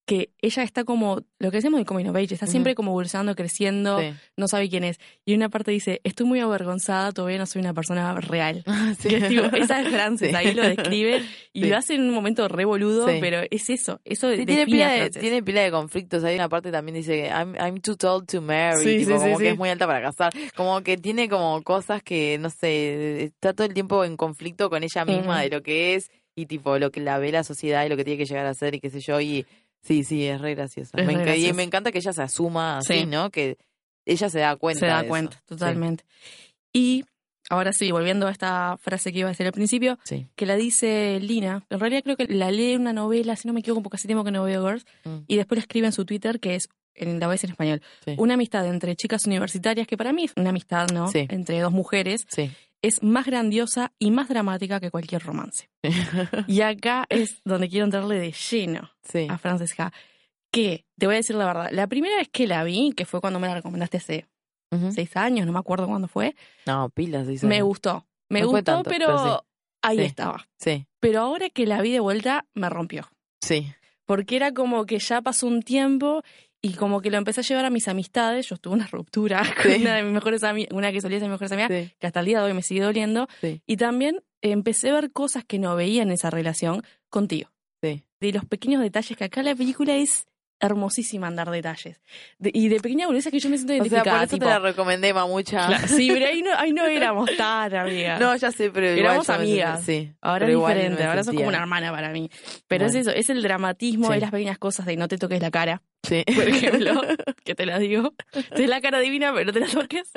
que ella está como, lo que decimos de Coming of Age, está Ujú. siempre como evolucionando, creciendo, Sí. no sabe quién es. Y una parte dice, estoy muy avergonzada, todavía no soy una persona real. Sí. Que es tipo, esa es Frances, Sí. ahí lo describe y Sí. lo hace en un momento re boludo, Sí. pero es eso, eso Sí, define tiene, pila a de, Frances. tiene pila de conflictos. Hay una parte que también dice, I'm, I'm too tall to marry. Sí, tipo, sí, sí, como que sí. es muy alta para casar. Como que tiene como cosas que, no sé, está todo el tiempo en conflicto con ella misma Ujú. de lo que es y tipo lo que la ve la sociedad y lo que tiene que llegar a ser y qué sé yo. Y sí, sí, es re graciosa. Es me, re enca- y graciosa. me encanta que ella se asuma así, Sí. ¿no? Que ella se da cuenta. Se da de eso. cuenta, Sí. totalmente. Y ahora sí, volviendo a esta frase que iba a decir al principio, Sí. que la dice Lina. En realidad creo que la lee en una novela, si no me equivoco, porque hace tiempo que no veo Girls. Mm. Y después la escribe en su Twitter, que es, en la vez en español, Sí. una amistad entre chicas universitarias, que para mí es una amistad, ¿no? Sí. Entre dos mujeres, Sí. es más grandiosa y más dramática que cualquier romance. Y acá es donde quiero entrarle de lleno sí. a Francesca. Que, te voy a decir la verdad, la primera vez que la vi, que fue cuando me la recomendaste hace Ujú. seis años, no me acuerdo cuándo fue, No, pilas, dice. me gustó. Me No fue gustó, tanto, pero, pero ahí Sí. estaba. Sí. Pero ahora que la vi de vuelta, me rompió. Sí. Porque era como que ya pasó un tiempo y como que lo empecé a llevar a mis amistades. Yo tuve una ruptura Sí. con una de mis mejores amigas, una que solía ser mi mejores amigas, Sí. que hasta el día de hoy me sigue doliendo. Sí. Y también empecé a ver cosas que no veía en esa relación contigo. Sí. De los pequeños detalles, que acá la película es hermosísima en dar detalles. De- y de pequeñas boludeces que yo me siento O sea, identificada. por eso tipo, te la recomendé, mamucha. claro, sí, pero ahí no, ahí no éramos tan amigas. No, ya sé, pero igual. Éramos yo me sentía- amigas. sí. Ahora pero es igual diferente, me ahora sos como una sentía- hermana para mí. Pero es Bueno. eso, es el dramatismo Sí. de las pequeñas cosas de no te toques la cara, Sí. por ejemplo, que te la digo. Tenés la cara divina, pero no te la toques.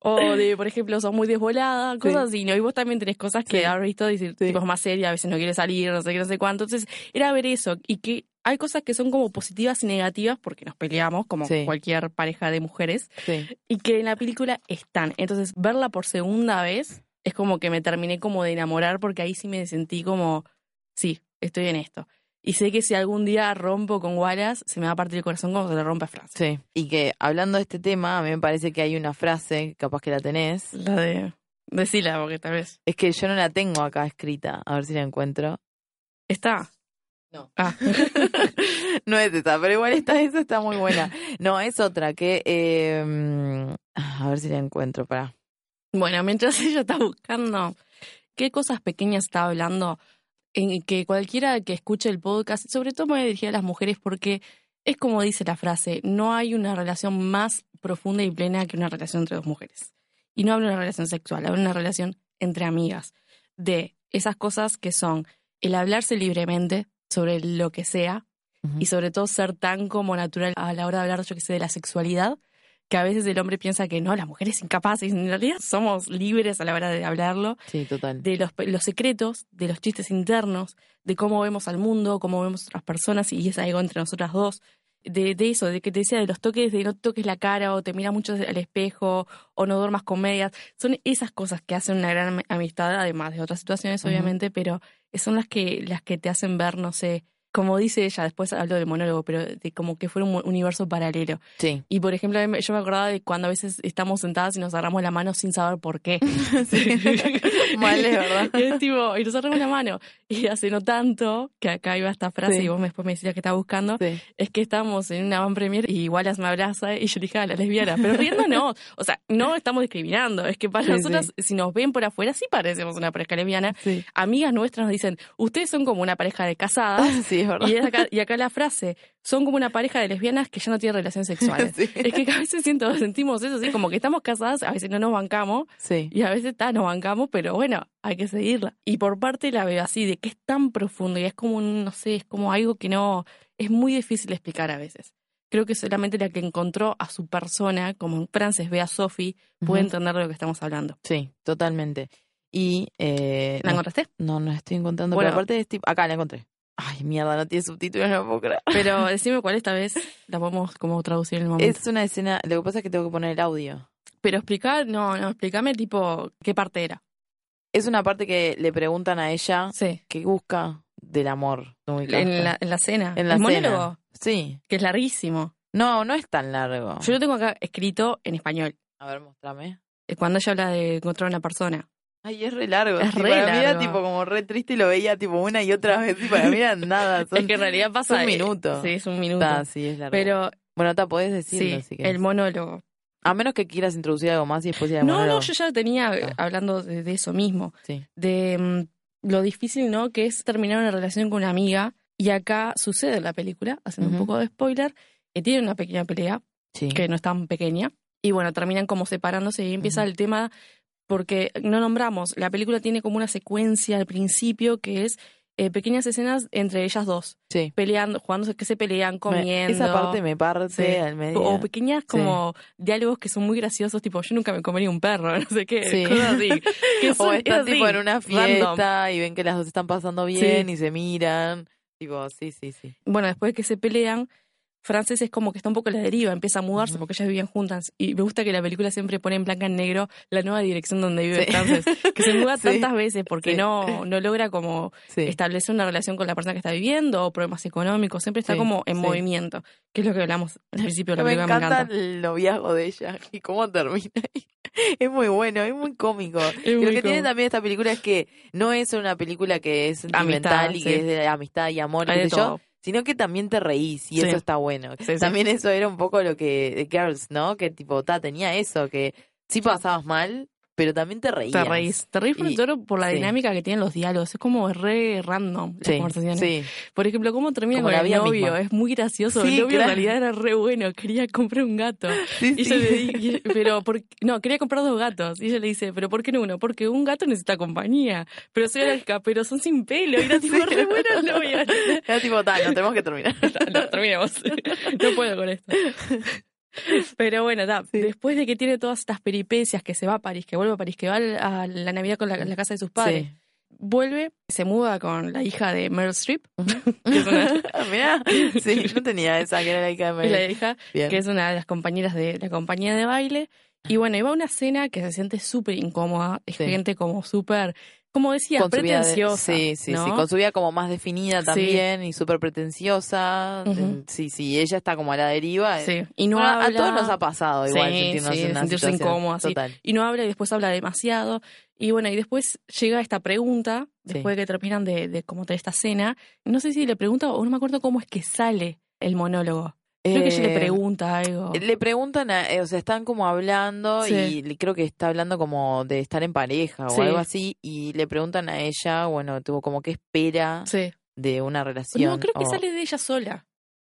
O de, por ejemplo, sos muy desvolada, cosas así, ¿no? Y vos también tenés cosas que Sí. has visto, decir, Sí. tipo, es más seria, a veces no quiere salir, no sé qué, no sé cuánto. Entonces, era ver eso. Y que hay cosas que son como positivas y negativas porque nos peleamos, como Sí. cualquier pareja de mujeres Sí. y que en la película están. Entonces, verla por segunda vez es como que me terminé como de enamorar porque ahí sí me sentí como, sí, estoy en esto. Y sé que si algún día rompo con Wallace, se me va a partir el corazón como se le rompe a Francia. Sí. Y que hablando de este tema, a mí me parece que hay una frase, capaz que la tenés, La de... Decila, porque tal vez. Es que yo no la tengo acá escrita. A ver si la encuentro. Está. No. Ah. no es esta, pero igual esta, esa está muy buena. No, es otra que. eh, a ver si la encuentro, pará. Bueno, mientras ella está buscando qué cosas pequeñas está hablando, en que cualquiera que escuche el podcast, sobre todo me dirigir a las mujeres, porque es como dice la frase, no hay una relación más profunda y plena que una relación entre dos mujeres. Y no hablo de una relación sexual, hablo de una relación entre amigas, de esas cosas que son el hablarse libremente sobre lo que sea, y sobre todo ser tan como natural a la hora de hablar, yo que sé, de la sexualidad, que a veces el hombre piensa que no, la mujer es incapaz, y en realidad somos libres a la hora de hablarlo, Sí, total. de los, los secretos, de los chistes internos, de cómo vemos al mundo, cómo vemos otras personas, y es algo entre nosotras dos. De, de eso, de que te decía, de los toques, de no toques la cara, o te mira mucho al espejo, o no duermas con medias. Son esas cosas que hacen una gran am- amistad, además de otras situaciones, Ujú. obviamente, pero son las que, las que te hacen ver, no sé, como dice ella, después hablo del monólogo, pero de como que fuera un mu- universo paralelo. Sí. Y por ejemplo, em- yo me acordaba de cuando a veces estamos sentadas y nos agarramos la mano sin saber por qué. Mal, es verdad. Y es tipo, y nos agarramos la mano. Y hace no tanto, que acá iba esta frase Sí. y vos me- después me decías que estaba buscando, Sí. es que estábamos en una van premier y Wallace me abraza y yo le dije a la lesbiana, pero riéndonos. O sea, no estamos discriminando. Es que para Sí, nosotras, si nos ven por afuera, sí parecemos una pareja lesbiana. Sí. Amigas nuestras nos dicen, ustedes son como una pareja de casadas. Sí, es verdad. Y, es acá, y acá la frase, son como una pareja de lesbianas que ya no tienen relaciones sexuales. Sí. Es que a veces siento, sentimos eso, así como que estamos casadas, a veces no nos bancamos Sí. y a veces ta, nos bancamos, pero bueno, hay que seguirla. Y por parte la veo así, de que es tan profundo y es como, un, no sé, es como algo que no, es muy difícil de explicar a veces. Creo que solamente la que encontró a su persona, como Frances ve a Sophie, puede Ujú. entender de lo que estamos hablando. Sí, totalmente. Y. Eh, ¿La no, encontraste? no, no la estoy encontrando. Bueno. Pero aparte es tipo. Acá la encontré. Ay, mierda, no tiene subtítulos, no puedo creer. Pero decime cuál esta vez la podemos como traducir en el momento. Es una escena. Lo que pasa es que tengo que poner el audio. Pero explicar, no, no, explícame tipo qué parte era. Es una parte que le preguntan a ella Sí. qué busca del amor. ¿Te ubicaste? En la, en la cena. En la el cena. monólogo, Sí. que es larguísimo. No, no es tan largo. Yo lo tengo acá escrito en español. A ver, mostrame. eh, Cuando ella habla de encontrar una persona. Ay, es re largo. Es Sí, re para mí era largo. tipo como re triste y lo veía tipo una y otra vez. Y para mí era nada. Son... es que en realidad pasa. un eh, minuto. Sí, es un minuto. Está, sí, es largo. Pero bueno, te podés decirlo sí, si querés. el monólogo. A menos que quieras introducir algo más y después ir al No, no, monólogo. yo ya lo tenía eh, Ah. hablando de, de eso mismo. Sí. De mm, lo difícil, ¿no? Que es terminar una relación con una amiga. Y acá sucede en la película, haciendo un Ujú. poco de spoiler, que tiene una pequeña pelea Sí. que no es tan pequeña. Y bueno, terminan como separándose y empieza Ujú. el tema porque no nombramos, la película tiene como una secuencia al principio que es eh, pequeñas escenas entre ellas dos, Sí. peleando, jugándose que se pelean, Me- comiendo. esa parte me parte Sí. Oh, al medio. o pequeñas como diálogos que son muy graciosos, tipo yo nunca me comería un perro, no sé qué, Sí. cosas así. Que son- O es están así, tipo en una random. fiesta y ven que las dos están pasando bien y se miran. Tipo, sí, sí, sí. bueno, después de que se pelean, Frances es como que está un poco a la deriva, empieza a mudarse Ujú. porque ellas vivían juntas. Y me gusta que la película siempre pone en blanco y negro la nueva dirección donde vive Sí. Frances, que se muda Sí. tantas veces porque Sí. no, no logra como Sí. establecer una relación con la persona que está viviendo o problemas económicos, siempre está Sí, como en sí. movimiento, que es lo que hablamos al principio de la me, película, encanta el noviazgo de ella y cómo termina. Es muy bueno, es muy cómico. Es y lo muy que tiene cómico. también esta película es que no es una película que es sentimental Amistad, y sí. que es de amistad y amor y Hay qué de sé yo, todo. sino que también te reís y Sí. eso está bueno. Sí, sí. También eso era un poco lo que de Girls, ¿no? Que tipo, ta, tenía eso, que sí pasabas mal, pero también te reías. Te reís. Te reís por, Y- todo por la sí. dinámica que tienen los diálogos. Es como re random las Sí, conversaciones. sí. Por ejemplo, cómo termina Como con la el vida novio. misma. Es muy gracioso. el Sí, novio claro. en realidad era re bueno. Quería comprar un gato. Sí, Y sí. ella le di- y- pero por- no, quería comprar dos gatos. Y ella le dice, ¿pero por qué no uno? Porque un gato necesita compañía. Pero soy alca, pero son sin pelo. Y era tipo re bueno el novio. Era tipo, ta, no tenemos que terminar. No, terminemos. No puedo con esto. Pero bueno, ta, después de que tiene todas estas peripecias, que se va a París, que vuelve a París, que va a la Navidad con la, la casa de sus padres, Sí. vuelve, se muda con la hija de Meryl Streep, que es una- Mirá, sí, no tenía esa que era la hija de es la Meryl. hija, Bien. que es una de las compañeras de la compañía de baile. Y bueno, iba a una cena que se siente súper incómoda, es Sí. gente como súper como decía, su vida de- pretenciosa. sí, sí, ¿no? sí. Con su vida como más definida Sí. también y súper pretenciosa. Ujú. Sí, sí, ella está como a la deriva. Sí. Y no No, Ah, a, a habla- todos nos ha pasado igual Sí, sentirnos sí, en una sentirse situación. incómodo, así. Total. y no habla y después habla demasiado. Y bueno, y después llega esta pregunta, Sí. después de que terminan de, de cómo tener esta cena. No sé si le pregunta o no me acuerdo cómo es que sale el monólogo. Creo que ella le Eh, pregunta algo. Le preguntan, a- eh, o sea, están como hablando Sí. y le- creo que está hablando como de estar en pareja o Sí. algo así y le preguntan a ella, bueno, tuvo como que espera Sí. de una relación. No, creo que o- sale de ella sola.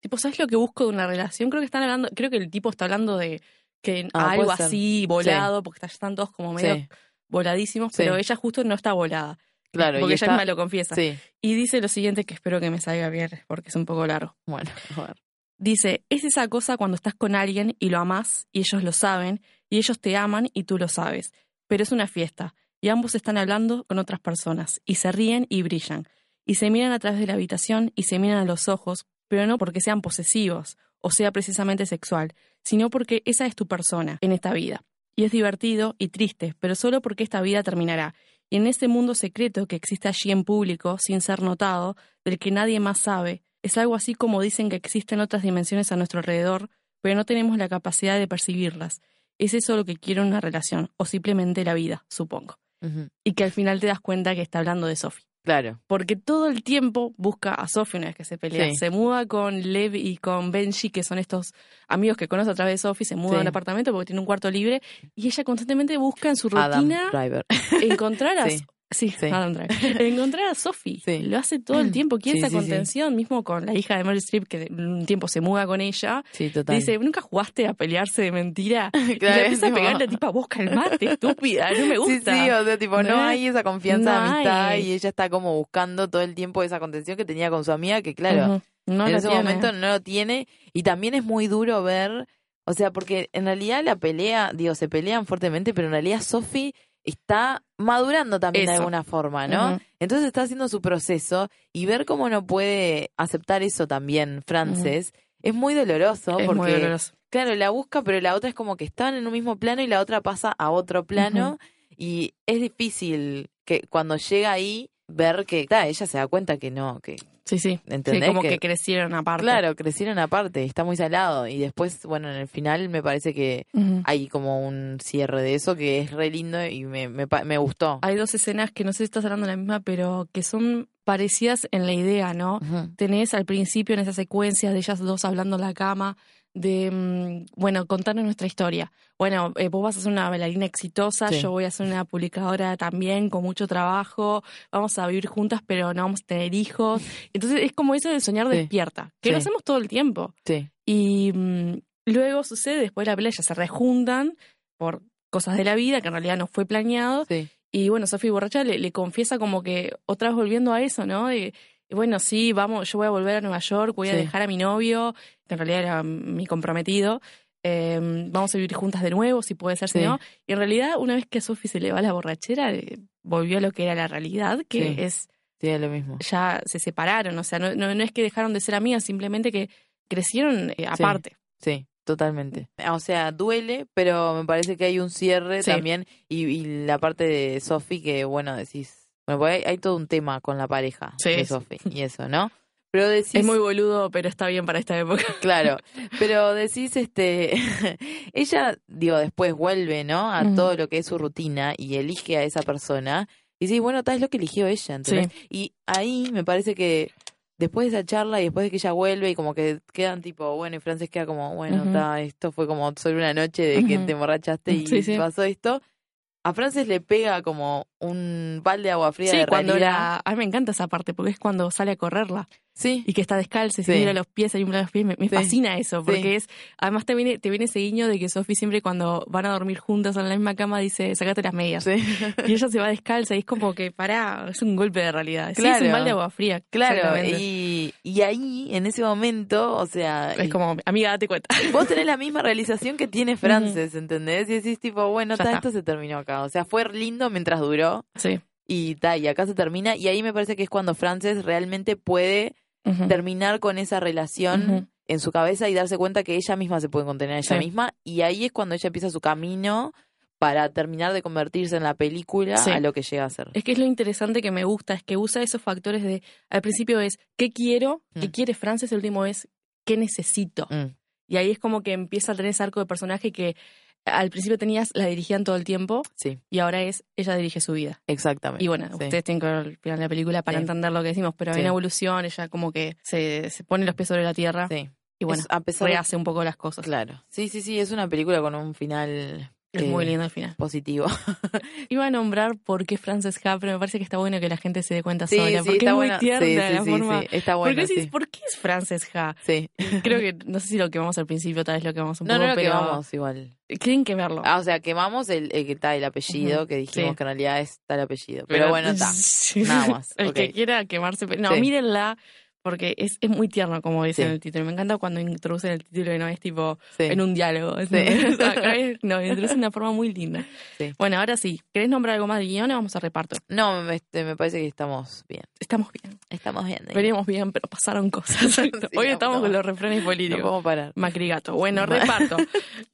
Tipo, ¿sabes lo que busco de una relación? Creo que están hablando, creo que el tipo está hablando de que Ah, algo puede ser. así volado, porque están todos como medio Sí, voladísimos, Sí. pero ella justo no está volada, claro. porque y ella está- misma lo confiesa. Sí, Y dice lo siguiente que espero que me salga bien, porque es un poco largo. bueno, a ver. Dice, es esa cosa cuando estás con alguien y lo amás y ellos lo saben y ellos te aman y tú lo sabes. Pero es una fiesta y ambos están hablando con otras personas y se ríen y brillan y se miran a través de la habitación y se miran a los ojos, pero no porque sean posesivos o sea precisamente sexual, sino porque esa es tu persona en esta vida. Y es divertido y triste, pero solo porque esta vida terminará. Y en ese mundo secreto que existe allí en público, sin ser notado, del que nadie más sabe, es algo así como dicen que existen otras dimensiones a nuestro alrededor, pero no tenemos la capacidad de percibirlas. Es eso lo que quiero en una relación, o simplemente la vida, supongo. Ujú, Y que al final te das cuenta que está hablando de Sophie. Claro. Porque todo el tiempo busca a Sophie una vez que se pelea. Sí. Se muda con Lev y con Benji, que son estos amigos que conoce a través de Sophie. Se muda Sí. a un apartamento porque tiene un cuarto libre. Y ella constantemente busca en su Adam rutina Driver. encontrar a... Sí. Sí, Sí. Adam Driver. Encontrar a Sophie. Sí. Lo hace todo el tiempo. Quiere Sí, esa sí, sí. contención, mismo con la hija de Meryl Streep, que de- un tiempo se muda con ella. Sí, total. Dice, ¿nunca jugaste a pelearse de mentira? Y Claro, le empieza a es como- pegar la tipa, vos calmate, estúpida, no me Sí, gusta. sí, o sea, tipo, no No hay esa confianza de ¿Eh? no amistad hay. y ella está como buscando todo el tiempo esa contención que tenía con su amiga, que claro, Ujú. No en lo ese tiene. momento no lo tiene y también es muy duro ver, o sea, porque en realidad la pelea, digo, se pelean fuertemente, pero en realidad Sophie está madurando también de Eso. alguna forma, ¿no? Ujú. Entonces está haciendo su proceso y ver cómo no puede aceptar eso también, Frances, es muy doloroso Es porque muy doloroso. Claro, la busca, pero la otra es como que están en un mismo plano y la otra pasa a otro plano. Y es difícil que cuando llega ahí ver que ta, ella se da cuenta que no, que Sí, sí. Sí, entendés como que, que, crecieron aparte. claro, crecieron aparte, está muy salado. Y después, bueno, en el final me parece que Ujú. hay como un cierre de eso que es re lindo y me, me, pa- me gustó. Hay dos escenas que no sé si estás hablando de la misma, pero que son parecidas en la idea, ¿no? Ujú. tenés al principio en esa secuencia de ellas dos hablando en la cama, de, mm, bueno, contanos nuestra historia. Bueno, eh, vos vas a ser una bailarina exitosa, Sí. yo voy a ser una publicadora también con mucho trabajo, vamos a vivir juntas, pero no vamos a tener hijos. Entonces es como eso de soñar Sí. despierta, que lo Sí. hacemos todo el tiempo. Sí, Y mm, luego sucede, después de la pelea, ellas se rejuntan por cosas de la vida, que en realidad no fue planeado, sí, y bueno, Sofi borracha le, le confiesa como que otra vez volviendo a eso, ¿no? De, bueno, sí, vamos, yo voy a volver a Nueva York, voy a Sí. dejar a mi novio, que en realidad era mi comprometido. eh, vamos a vivir juntas de nuevo, si puede ser, si Sí. no. Y en realidad, una vez que a Sofi se le va la borrachera, eh, volvió a lo que era la realidad, que Sí. es sí, es lo mismo. ya se separaron, o sea, no, no, no es que dejaron de ser amigas, simplemente que crecieron eh, aparte. Sí, totalmente. O sea, duele, pero me parece que hay un cierre Sí. también. Y, y la parte de Sofi, que bueno, decís. Bueno, porque hay, hay todo un tema con la pareja Sí, de sí. Sofi y eso, ¿no? Pero decís. Es muy boludo, pero está bien para esta época. Claro, pero decís, este. ella, digo, después vuelve, ¿no? A Ujú. todo lo que es su rutina y elige a esa persona. Y decís, bueno, tal es lo que eligió ella, ¿entendés? Y ahí me parece que. Después de esa charla y después de que ella vuelve y como que quedan tipo, bueno, y Frances queda como, bueno, Ujú. ta, esto fue como solo una noche de que Ujú. te emborrachaste y Sí, sí. pasó esto. A Frances le pega como un balde de agua fría Sí, de cuando realidad. la... A mí me encanta esa parte, porque es cuando sale a correrla. Sí, y que está descalza y se Sí. mira los pies, se mira los pies, me, me Sí. fascina eso, Sí. porque es, además te viene, te viene ese guiño de que Sophie siempre cuando van a dormir juntas en la misma cama dice, sacate las medias. sí. Y ella se va descalza y es como que, pará, es un golpe de realidad. Sí, es Claro. un balde de agua fría. Claro, exactamente. y, y ahí, en ese momento, o sea, Es y- como, amiga, date cuenta. vos tenés la misma realización que tiene Frances, ¿entendés? Y decís tipo, bueno, Ya ta, está. esto se terminó acá. O sea, fue lindo mientras duró Sí. y ta, y acá se termina. Y ahí me parece que es cuando Frances realmente puede Ujú. terminar con esa relación Ujú. en su cabeza y darse cuenta que ella misma se puede contener a ella Sí. misma. Y ahí es cuando ella empieza su camino para terminar de convertirse en la película Sí. a lo que llega a ser. Es que es lo interesante que me gusta, es que usa esos factores de, al principio es, ¿qué quiero? ¿Qué Mm. quiere Frances? El último es, ¿qué necesito? Mm, Y ahí es como que empieza a tener ese arco de personaje que al principio tenías, la dirigían todo el tiempo sí, y ahora es, ella dirige su vida. exactamente. Y bueno, Sí. ustedes tienen que ver el final de la película para Sí. entender lo que decimos, pero Sí. hay una evolución, ella como que se, se pone los pies sobre la tierra Sí. y bueno, Es- a pesar de- rehace un poco las cosas. Claro. Sí, sí, sí, es una película con un final Es eh, muy lindo al final. positivo. Iba a nombrar por qué Frances Ha, pero me parece que está bueno que la gente se dé cuenta Sí, sola, sí, porque está es muy bueno. tierna sí, sí, la sí, forma. sí, está Porque bueno. decís, sí. ¿por qué es Frances Ha? Sí. Creo que, no sé si lo quemamos al principio, tal vez lo quemamos un No, poco, no lo pero quemamos igual. tienen que verlo. Ah, o sea, quemamos el, el que está el apellido, que dijimos sí. que en realidad está el apellido. Pero, bueno, está. Sí. Nada más, El ok. que quiera quemarse. pero- No, Sí. mírenla, porque es, es muy tierno, como dicen Sí. en el título. Me encanta cuando introducen el título y no es tipo Sí. en un diálogo. ¿entendés? Acá es- no, introducen de una forma muy linda. Sí. Bueno, ahora sí. ¿Querés nombrar algo más de guión o vamos a reparto? No, me, este, me parece que estamos bien. Estamos bien. Estamos bien. Dani. Veníamos bien, pero pasaron cosas. Hoy no, estamos no. con los refranes No políticos. podemos parar. Macri gato. Bueno, reparto.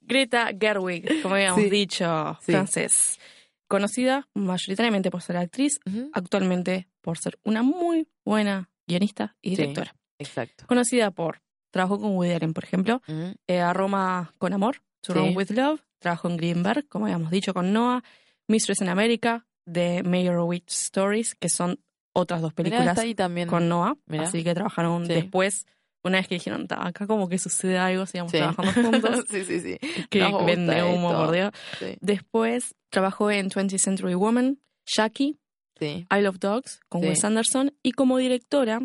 Greta Gerwig, como habíamos Sí. dicho, Sí. francés. Conocida mayoritariamente por ser actriz, Ujú. actualmente por ser una muy buena guionista y Sí. directora. Exacto. Conocida por, trabajó con Woody Allen, por ejemplo, Ujú. eh, A Roma con Amor, To Sí. Rome with Love, trabajó en Greenberg, como habíamos dicho, con Noah, Mistress in America, The Mayor Witch Stories, que son otras dos Mirá, películas está ahí también. con Noah, Mirá. así que trabajaron Sí. después. Una vez que dijeron, "Ta, acá como que sucede algo, sigamos Sí. trabajando juntos, sí, sí, sí. que Nos gusta vende humo, esto. por Dios. Sí, Después trabajó en 20th Century Woman, Jackie, sí. I Love Dogs, con Sí. Wes Anderson, y como directora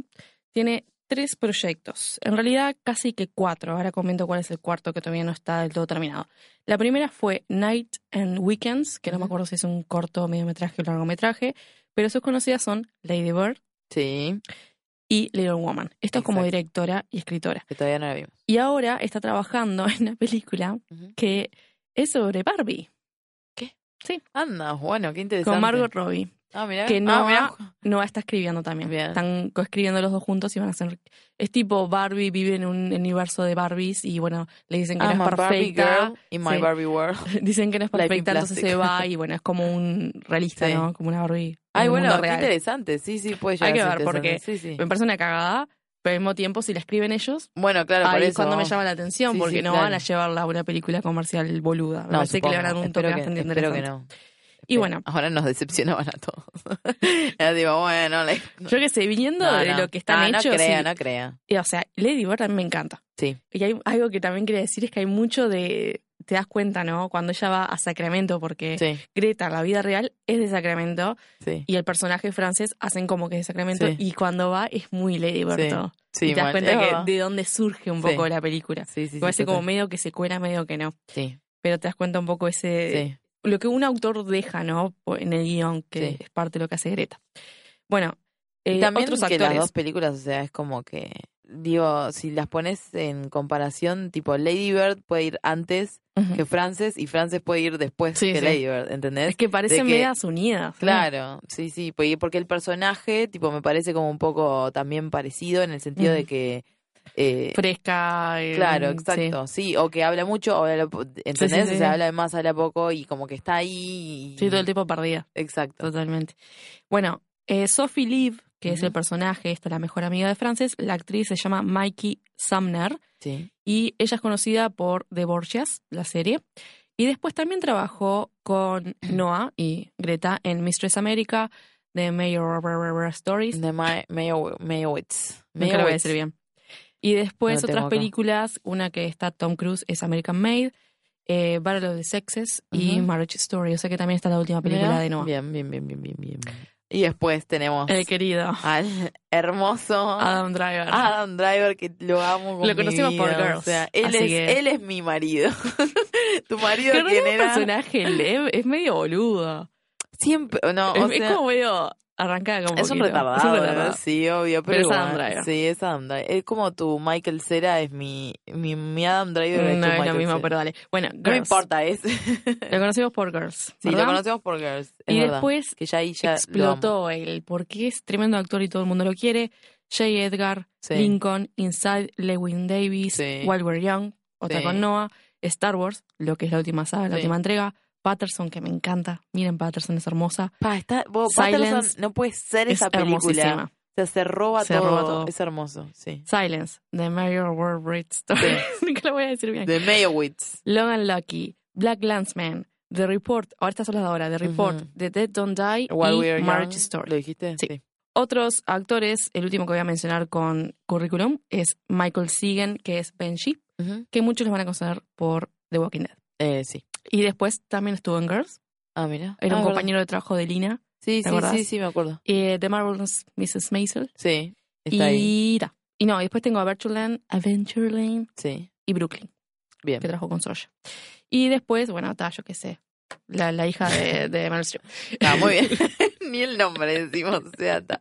tiene tres proyectos, en realidad casi que cuatro, ahora comento cuál es el cuarto que todavía no está del todo terminado. La primera fue Night and Weekends, que no me Ujú. acuerdo si es un corto, mediometraje o largometraje, pero sus conocidas son Lady Bird Sí, y Little Woman. Esto es como Exacto. directora y escritora. que todavía no la vimos. Y ahora está trabajando en una película Ujú. que es sobre Barbie, Anda, bueno, qué interesante. con Margot Robbie. Ah, mirá. que Ah, no mirá. Noah está escribiendo también. Bien. Están coescribiendo los dos juntos y van a hacer. Es tipo Barbie vive en un universo de Barbies y bueno, le dicen que I'm no a es Ah, Barbie perfecta. girl in my Sí. Barbie world. Dicen que no es Life in perfecta, entonces plastic. se va y bueno, es como un realista, Sí. ¿no? Como una Barbie. en Ay, el bueno, mundo qué real. interesante. Sí, sí, puede llegar Hay que a ser ver, porque- em, interesante. Sí, sí. Me parece una cagada, pero al mismo tiempo, si la escriben ellos, Bueno, claro, por ahí eso. es cuando me vamos. llama la atención, Sí, porque sí, no claro. van a llevarla a una película comercial boluda. Me No, parece que le van a dar supongo. un toque Espero que- bastante espero interesante. que no. Y Espero. bueno. Ahora nos decepcionaban a todos. Era tipo, bueno, le- Yo que sé, viniendo No, de no. lo que están Ah, hechos. No crea, y- no crea. y, o sea, Lady Bird también me encanta. Sí. Y hay algo que también quería decir es que hay mucho de. Te das cuenta, ¿no? Cuando ella va a Sacramento, porque Sí, Greta, la vida real, es de Sacramento sí. Eh, y el personaje francés hacen como que es de Sacramento Sí. y cuando va es muy Lady Bird. Sí, todo. Sí, y te das mal. cuenta Es que verdad. de dónde surge un Sí. poco la película. Sí, sí, sí. Parece como total. medio que se cuela, medio que no. Sí, Pero te das cuenta un poco ese sí. lo que un autor deja, ¿no? Po- En el guión, que Sí. es parte de lo que hace Greta. Bueno, eh, Y también otros que actores. las dos películas, o sea, es como que, digo, si las pones en comparación, tipo Lady Bird puede ir antes Ujú. que Frances y Frances puede ir después Sí, que sí. Lady Bird, Es ¿entendés? que parecen que- medias unidas. ¿no? Claro, sí, sí, porque porque el personaje, tipo, me parece como un poco también parecido en el sentido de Ujú. que... eh, Fresca. eh, Claro, sí. exacto, sí. o que habla mucho, o habla, po- ¿entendés? sí, o sí. sea, habla de más, habla poco y como que está ahí. y- Sí, todo el tiempo perdida, Exacto. totalmente. Bueno, eh, Sophie Liv, que es el Ujú. personaje, esta la mejor amiga de Frances, la actriz se llama Mikey Sumner Sí. y ella es conocida por The Borgias, la serie. Y después también trabajó con Noah y Greta en Mistress America, The Mayor Stories, De Ma- Mayo- Mayowitz. nunca lo voy a Mayowitz. decir bien. Y después No lo otras tengo acá. películas, una que está Tom Cruise es American Made, eh, Battle of the Sexes y Ujú. Marriage Story, o sea que también está la última película Mirá. de Noah. Bien, bien, bien, bien, bien, bien. Y después tenemos El querido al hermoso Adam Driver. Adam Driver, que lo amo con Lo mi conocimos por vida, O Girls, sea, él, así es, que- él es mi marido. tu marido, Pero ¿quién es un era? personaje leve, es medio boludo. Siempre, no, es, o es sea, como medio arrancada como Es un retardado, ¿no? sí, obvio, pero, Pero es Adam igual, Driver. Sí, es Adam Driver. Es como tu Michael Cera es mi, mi, mi Adam Driver es tu No es Michael lo mismo, Cera. pero dale. Bueno, Girls. no me importa, es. sí, Lo conocimos por Girls. lo ¿verdad? conocemos por Girls. es Y verdad, después que ya ahí ya lo amo. Explotó el porque es tremendo actor y todo el mundo lo quiere. J. Edgar, Sí. Lincoln, Inside, Lewin Davis, Sí. While We're Young, otra Sí. con Noah, Star Wars, lo que es la última saga, la Sí. última entrega, Patterson, que me encanta. Miren, Patterson es hermosa. Pa, está, bo, Silence Patterson, no puede ser esa es película. hermosísima. O sea, se roba, Se todo. roba todo. Es hermoso, sí. Silence, The Mayor World Breed Story. Nunca lo voy a decir bien. De Mayowitz. Long and Lucky, Black Landsman, The Report, ahora estas son las de ahora, The Report, Ujú. The Dead Don't Die While y We Are Marriage Young. Story. ¿Lo dijiste? Sí. Otros actores, el último que voy a mencionar con Curriculum es Michael Sigan, que es Benji, Ujú. que muchos los van a conocer por The Walking Dead. Eh, sí. Y después también estuvo en Girls, Ah, mira. era Ah, un es verdad. compañero de trabajo de Lina, Sí, ¿Te sí, acordás? sí, sí, me acuerdo. eh, The Marvelous Mrs. Maisel Sí. y Está ahí. ta. Y no, y después tengo a Adventureland, Adventureland Sí. y Brooklyn, Bien. que trabajó con Soya. Y después, bueno, está, yo qué sé, la, la hija de, de Meryl Streep. Está muy bien. Ni el nombre decimos. O sea, está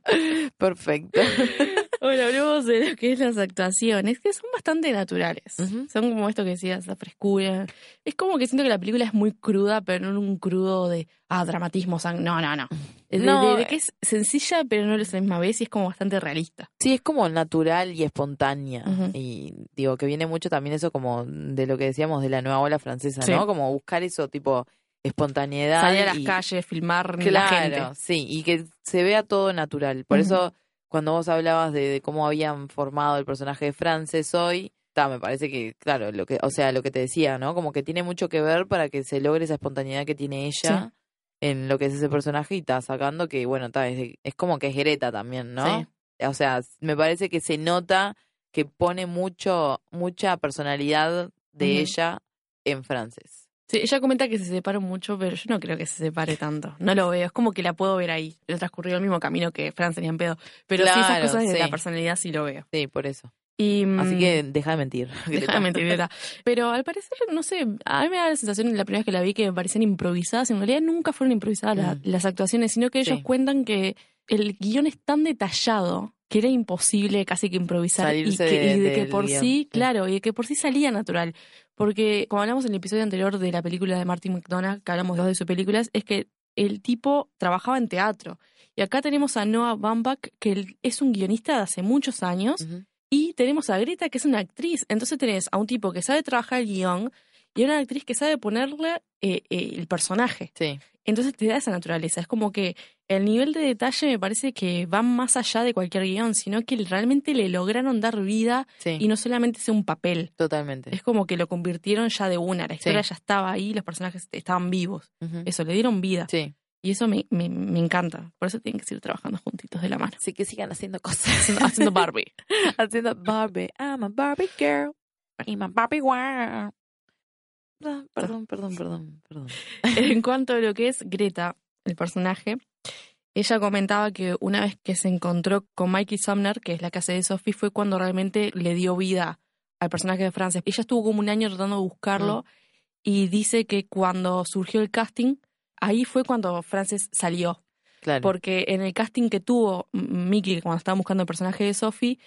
perfecto. Bueno, hablemos de lo que es las actuaciones, que son bastante naturales. Ujú. Son como esto que decías, la frescura. Es como que siento que la película es muy cruda, pero no un crudo de, ah, dramatismo, sang No, no, no. eh. De, de- No, de que es sencilla, pero no lo es a la misma vez y es como bastante realista. Sí, es como natural y espontánea. Ujú. Y digo que viene mucho también eso como de lo que decíamos de la nueva ola francesa, Sí. ¿no? Como buscar eso tipo espontaneidad. Salir a las y- calles, filmar la gente. Claro, sí, y que se vea todo natural. Por Ujú. eso, cuando vos hablabas de, de cómo habían formado el personaje de Frances hoy, ta, me parece que, claro, lo que, o sea, lo que te decía, ¿no? Como que tiene mucho que ver para que se logre esa espontaneidad que tiene ella en lo que es ese personaje y está sacando que, bueno, ta, es, es como que es Greta también, ¿no? Sí. O sea, me parece que se nota que pone mucho, mucha personalidad de Ujú. ella en Frances. Sí, ella comenta que se separan mucho, pero yo no creo que se separe tanto. No lo veo, es como que la puedo ver ahí. Pero transcurrió el mismo camino que Fran tenía en pedo. Pero sí, esas Claro, cosas de sí. la personalidad sí lo veo. Sí, por eso. Y, Así mm, que deja de mentir. Deja de Greta. mentir, Greta. Pero al parecer, no sé, a mí me da la sensación la primera vez que la vi que parecían improvisadas. En realidad nunca fueron improvisadas la- Mm. las actuaciones, sino que ellos Sí. cuentan que el guión es tan detallado que era imposible casi que improvisar Salirse y que, y de- de que del por guión, sí. sí, claro, y de que por sí salía natural. Porque como hablamos en el episodio anterior de la película de Martin McDonagh, que hablamos dos de sus películas, es que el tipo trabajaba en teatro. Y acá tenemos a Noah Baumbach, que él es un guionista de hace muchos años, Ujú. y tenemos a Greta, que es una actriz. Entonces tenés a un tipo que sabe trabajar el guión y a una actriz que sabe ponerle eh, eh, el personaje. Sí, Entonces te da esa naturaleza. Es como que el nivel de detalle me parece que va más allá de cualquier guión, sino que realmente le lograron dar vida sí, y no solamente sea un papel. totalmente. Es como que lo convirtieron ya de una. La historia Sí. ya estaba ahí, los personajes estaban vivos. Ujú. Eso, le dieron vida. Sí. Y eso me, me- me encanta. Por eso tienen que seguir trabajando juntitos de la mano. Así que sigan haciendo cosas. Haciendo- Haciendo Barbie. haciendo Barbie. I'm a Barbie girl. I'm a Barbie girl. Ah, Perdón, perdón, perdón, perdón. En cuanto a lo que es Greta, el personaje, ella comentaba que una vez que se encontró con Mikey Sumner, que es la que hace de Sophie, fue cuando realmente le dio vida al personaje de Frances. Ella estuvo como un año tratando de buscarlo y dice que cuando surgió el casting, ahí fue cuando Frances salió. Claro. Porque en el casting que tuvo M- Mickey, cuando estaban buscando el personaje de Sophie,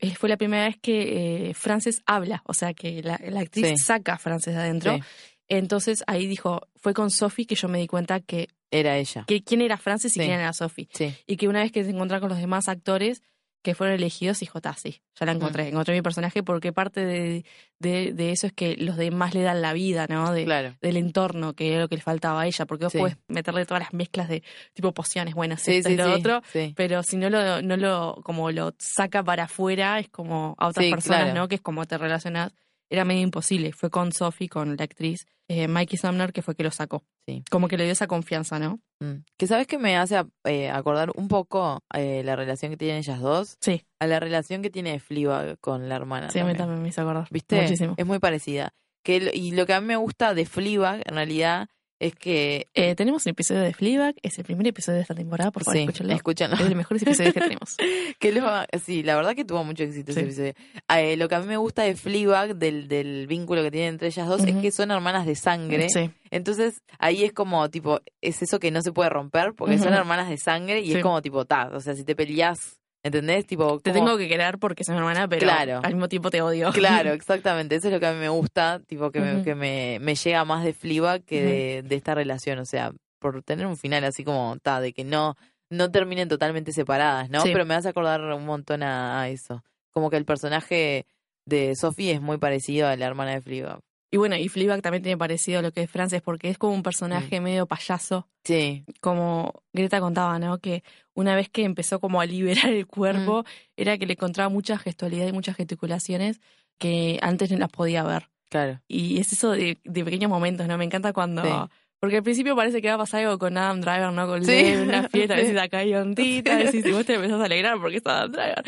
eh, fue la primera vez que eh, Frances habla, o sea que la, la actriz Sí. saca a Frances de Sí, adentro. Entonces ahí dijo, fue con Sophie que yo me di cuenta que, era ella. que quién era Frances y Sí. quién era Sophie. Sí, Y que una vez que se encontró con los demás actores que fueron elegidos, dijo, "Ta, sí, ya la Mm. encontré, encontré mi personaje porque parte de, de- de eso es que los demás le dan la vida, ¿no? De, claro. Del entorno, que era lo que le faltaba a ella, porque vos Sí. podés meterle todas las mezclas de tipo pociones buenas, Sí, esto sí, y lo sí. otro, Sí, pero si no lo, no lo, como lo saca para afuera, es como a otras Sí, personas, claro. ¿no? Que es como te relacionas. Era medio imposible. Fue con Sophie, con la actriz eh, Mikey Sumner, que fue que lo sacó. Sí. Como que le dio esa confianza, ¿no? Mm. Que sabes que me hace eh, acordar un poco eh, la relación que tienen ellas dos Sí, a la relación que tiene Fleabag con la hermana. sí, a mí Ah, también. también me hizo acordar. ¿Viste? Muchísimo. Es muy parecida. Que, lo- y lo que a mí me gusta de Fleabag, en realidad, es que... Eh, tenemos un episodio de Fleabag, es el primer episodio de esta temporada, por favor, sí, escúchenlo. escúchenlo. Es de los mejores episodios que tenemos. Que lo, sí, la verdad que tuvo mucho éxito ese Sí. episodio. Eh, lo que a mí me gusta de Fleabag, del, del vínculo que tienen entre ellas dos, es Ujú. que son hermanas de sangre. Sí, Entonces, ahí es como, tipo, es eso que no se puede romper, porque son Ujú. hermanas de sangre y Sí. es como, tipo, ta, o sea, si te peleás, ¿entendés? Tipo, te como- tengo que querer porque soy mi hermana, pero Claro. al mismo tiempo te odio. Claro, exactamente. Eso es lo que a mí me gusta, tipo, que me, Ujú. que me, me llega más de Fleabag que de, de esta relación. O sea, por tener un final así como, ta, de que no, no terminen totalmente separadas, ¿no? Sí. Pero me hace acordar un montón a, a eso. Como que el personaje de Sophie es muy parecido a la hermana de Fleabag. Y bueno, y Fleabag también tiene parecido a lo que es Frances, porque es como un personaje medio payaso, Sí. como Greta contaba, ¿no? Que una vez que empezó como a liberar el cuerpo, Mm. era que le encontraba mucha gestualidad y muchas gesticulaciones que antes no las podía ver. Claro. Y es eso de, de pequeños momentos, ¿no? Me encanta cuando... Sí. Porque al principio parece que va a pasar algo con Adam Driver, ¿no? Con Sí. Dave, una fiesta, a Sí. veces acá hay ondita, decís, y vos te empezás a alegrar porque está Adam Driver.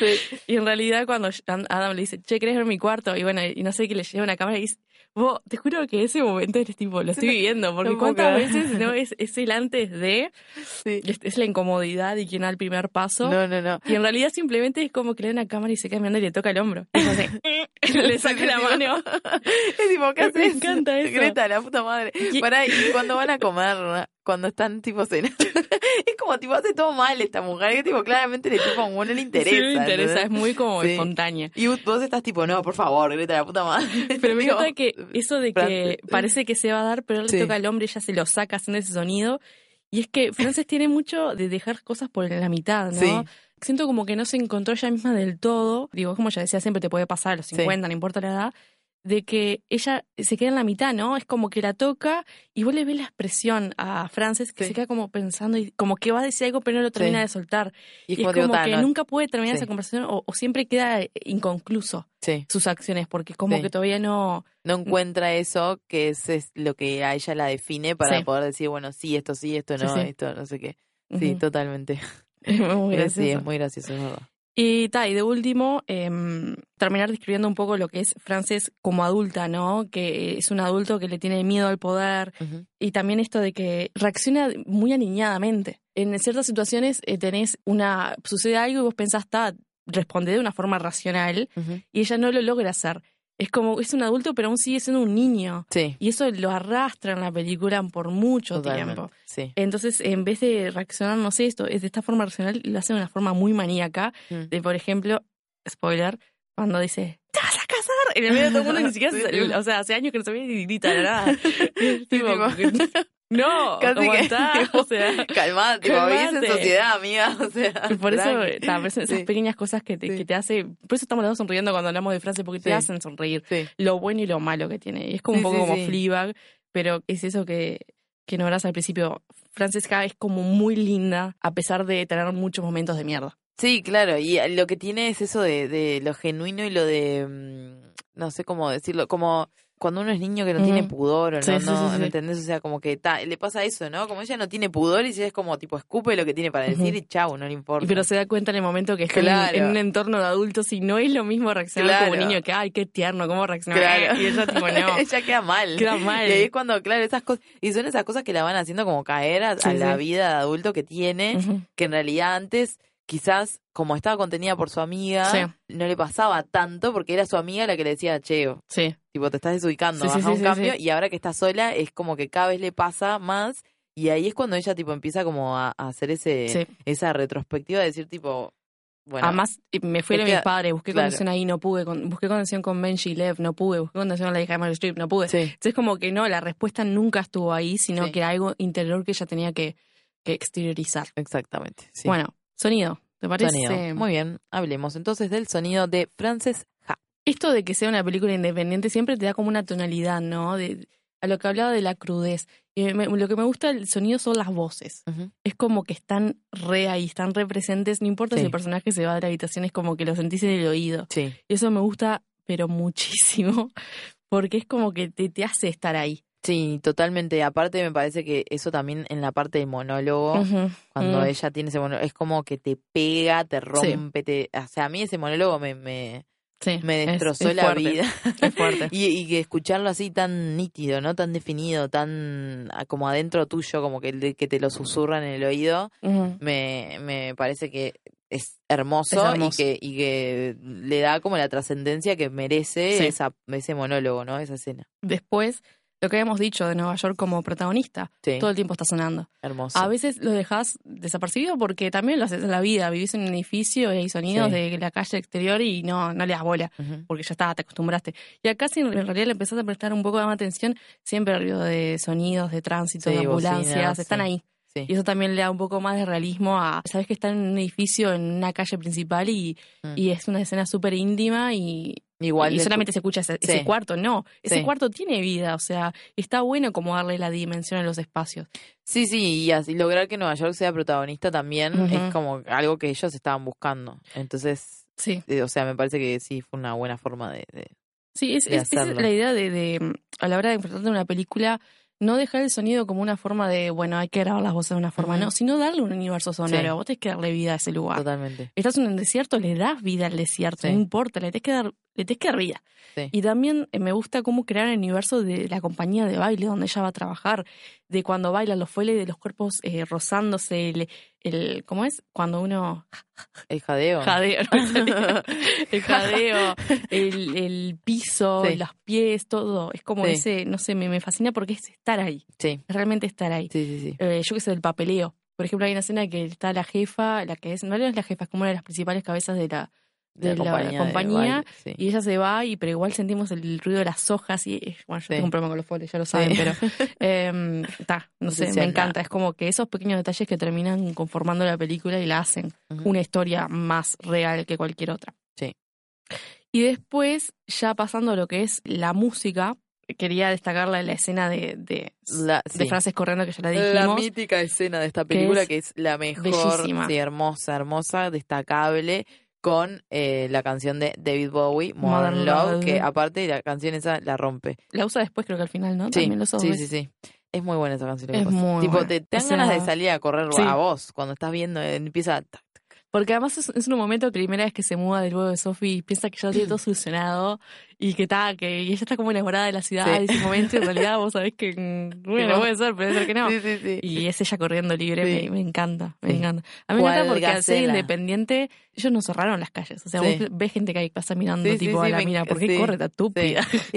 Y en realidad cuando Adam- Adam le dice, che, ¿querés ver mi cuarto? Y bueno, y no sé qué le lleva una cámara y dice, vos, te juro que ese momento eres tipo, lo estoy viviendo, porque puedo cuántas creer. veces no es, es el antes de, es, es la incomodidad y quien da el primer paso. No, no, no. Y en realidad simplemente es como que le da una cámara y se queda mirando y le toca el hombro. Y es así, le saca la mano. Es tipo, ¿qué Me haces? encanta eso. Greta, la puta madre. Y- Pará, y cuando van a comer, cuando están tipo cenando, es como tipo, hace todo mal esta mujer, que tipo, claramente le tipo, bueno, le interesa. Sí, me interesa, es ¿entendés? muy como Sí. espontánea. Y vos estás tipo, no, por favor, Greta, la puta madre. Pero me Digo, encanta que eso de que Frances. parece que se va a dar, pero él Sí. le toca al hombre y ya se lo saca haciendo ese sonido. Y es que Frances tiene mucho de dejar cosas por la mitad, ¿no? Sí. Siento como que no se encontró ella misma del todo. Digo, como ya decía, siempre te puede pasar a los Sí. 50, no importa la edad. De que ella se queda en la mitad, ¿no? Es como que la toca y vos le ves la expresión a Frances que Sí. se queda como pensando y como que va a decir algo, pero no lo termina Sí. de soltar. Y es Y como, tipo, ta, que no, nunca puede terminar Sí. esa conversación o, o siempre queda eh, inconcluso sí, sus acciones porque como Sí. que todavía no, no encuentra eso que es, es lo que a ella la define para Sí. poder decir, bueno, sí, esto sí, esto Sí, no, sí. esto no sé qué. Sí, Ujú. totalmente. Es muy Pero sí, gracioso. es muy gracioso, es verdad. Y ta, y de último, em, terminar describiendo un poco lo que es Frances como adulta, ¿no? Que es un adulto que le tiene miedo al poder Ujú. y también esto de que reacciona muy aniñadamente. En ciertas situaciones eh, tenés una sucede algo y vos pensás, está responde de una forma racional Ujú. y ella no lo logra hacer. Es como es un adulto pero aún sigue siendo un niño Sí, y eso lo arrastra en la película por mucho totalmente. tiempo. Sí. Entonces, en vez de reaccionar, no sé, esto es de esta forma racional, lo hace de una forma muy maníaca. Mm. De, por ejemplo, spoiler, cuando dice, ¡Te vas a casar! En el medio de todo el mundo ni siquiera se Sí, salió- tipo- O sea, hace años que no se viene ni grita de nada. ah, Tipo, tipo- no, Casi que, aguantá, tipo, o sea. Calmate, tipo, vivís en Calmate. sociedad, amiga. O sea, Por eso, tranqui. ta, por eso esas Sí, pequeñas cosas que te, Sí. que te hace. Por eso estamos los dos sonriendo cuando hablamos de frases, porque te Sí. hacen sonreír. sí. Lo bueno y lo malo que tiene. Y es como Sí, un poco sí, como sí. Fleabag, pero es eso que, que nombrás al principio. Francesca es como muy linda, a pesar de tener muchos momentos de mierda. Sí, claro, y eh, lo que tiene es eso de, de lo genuino y lo de, mm, no sé cómo decirlo, como cuando uno es niño que no tiene Ujú. pudor o no, Sí, sí, sí, no, sí. ¿me entendés? O sea, como que ta, le pasa eso, ¿no? Como ella no tiene pudor y ella es como tipo escupe lo que tiene para Ujú. decir y chau, no le Y importa. pero se da cuenta en el momento que está Claro. en, en un entorno de adultos y no es lo mismo reaccionar como Claro. un niño que, ay, qué tierno, cómo reaccionar. Claro. Y ella tipo, no, ella queda mal. queda mal. Y ahí es cuando, claro, esas cosas, y son esas cosas que la van haciendo como caer a, a Sí, la sí. vida de adulto que tiene, Ujú. que en realidad antes quizás como estaba contenida por su amiga, Sí. no le pasaba tanto porque era su amiga la que le decía, cheo, Sí, tipo te estás desubicando, Sí, sí, baja sí, un sí, cambio sí. y ahora que está sola es como que cada vez le pasa más y ahí es cuando ella tipo empieza como a, a hacer ese sí. esa retrospectiva de decir tipo, eh, bueno, Además, eh, me fui a es mis que- padres, busqué claro. condición ahí, no pude. con- busqué condición con Benji Lev, no pude. Busqué condición con la hija de Meryl Streep, no pude. sí, Entonces, como que no, la respuesta nunca estuvo ahí, sino Sí. que era algo interior que ella tenía que, que exteriorizar. exactamente. sí. Bueno, sonido, ¿te parece? Sonido. Muy bien, hablemos entonces del sonido de Frances Ha. esto de que sea una película independiente siempre te da como una tonalidad, ¿no? De, a lo que hablaba de la crudez. Y me- lo que me gusta del sonido son las voces. Ujú. Es como que están re ahí, están re presentes. No importa Sí. si el personaje se va de la habitación, es como que lo sentís en el oído. Sí, Y eso me gusta, pero muchísimo, porque es como que te, te hace estar ahí. sí, totalmente. Aparte me parece que eso también en la parte del monólogo, Ujú. cuando Mm. ella tiene ese monólogo, es como que te pega, te rompe, te, o sea, a mí ese monólogo me, me, Sí, me es- destrozó es la fuerte, vida. Es fuerte. Y, y que escucharlo así tan nítido, ¿no? Tan definido, tan ah, como adentro tuyo, como que, el de- que te lo susurran en el oído, Ujú. me, me parece que es hermoso, Es hermoso. Y, que, y que le da como la trascendencia que merece Sí. esa, ese monólogo, ¿no? Esa escena. Después, lo que habíamos dicho de Nueva York como protagonista, Sí, todo el tiempo está sonando. hermoso. A veces lo dejas desapercibido porque también lo haces en la vida. Vivís en un edificio y hay sonidos Sí. de la calle exterior y no, no le das bola Ujú. porque ya está, te acostumbraste. Y acá, si en realidad le empezás a prestar un poco más de atención, siempre el ruido de sonidos, de tránsito, Sí, de ambulancias, bocinas, están sí. ahí. Sí. Y eso también le da un poco más de realismo a. Sabes que está en un edificio, en una calle principal y, Mm. y es una escena súper íntima y, Igual. y después- solamente se escucha ese, ese Sí. cuarto. No, ese Sí. cuarto tiene vida, o sea, está bueno como darle la dimensión a los espacios. Sí, sí, y así lograr que Nueva York sea protagonista también Ujú. es como algo que ellos estaban buscando. Entonces, Sí, eh, o sea, me parece que sí fue una buena forma de. de- sí, es, De es- esa es hacerlo. la idea de, de, mm, a la hora de enfrentarte a una película, no dejar el sonido como una forma de, bueno, hay que grabar las voces de una forma, Ujú. no, sino darle un universo sonoro. Sí. Vos tenés que darle vida a ese lugar. Totalmente. Estás en un desierto, le das vida al desierto, Sí. no importa, le tenés que dar, le tenés que dar vida. Sí. Y también eh, me gusta cómo crear el universo de la compañía de baile donde ella va a trabajar, de cuando bailan los fueles de los cuerpos eh, rozándose, el, el- ¿cómo es? Cuando uno El jadeo. jadeo, no me salía. el jadeo, el, el piso, Sí. los pies, todo. Es como Sí. ese, no sé, me, me fascina porque es estar ahí, Sí, es realmente estar ahí. sí, sí, sí. Eh, yo qué sé, del papeleo. Por ejemplo, hay una escena que está la jefa, la que es, no es la jefa, es como una de las principales cabezas de la, de la compañía, de baile, sí. y ella se va, y pero igual sentimos el ruido de las hojas y eh, bueno, yo Sí. tengo un problema con los folios, ya lo saben, pero em, está, no No sé, sé si me anda. encanta. Es como que esos pequeños detalles que terminan conformando la película y la hacen Ujú. una historia más real que cualquier otra. Sí. Y después, ya pasando a lo que es la música, quería destacar la, la escena de, de, La- de sí. Frances Correndo que ya la dijimos. La mítica escena de esta que película es que es, la mejor, bellísima. sí, hermosa, hermosa, destacable, con eh, la canción de David Bowie, Modern, Modern Love, Love. que aparte la canción esa la rompe. La usa después, creo que al final, ¿no? Sí, También los sí, sí, sí. Es muy buena esa canción. lo que Es pasa. muy tipo, buena. te, te O dan ganas de sea, salir a correr sí. a vos cuando estás viendo, eh, empieza... tac, tac, Porque además es, es un momento que la primera vez que se muda del huevo de Sophie y piensa que ya lo tiene todo solucionado y que está, que y ella está como enamorada de la ciudad Sí. en ese momento y en realidad vos sabés que, mm, bueno, vos- puede ser, puede ser que no. Sí, sí, sí. Y es ella corriendo libre, Sí. me, me encanta, me Sí. encanta. A mí me Cual encanta porque al ser gacela. independiente, ellos no cerraron las calles. O sea, Sí. vos ves gente que ahí pasa mirando Sí, sí, tipo sí, a la me mina, enc- ¿por qué sí, corre tan estúpida?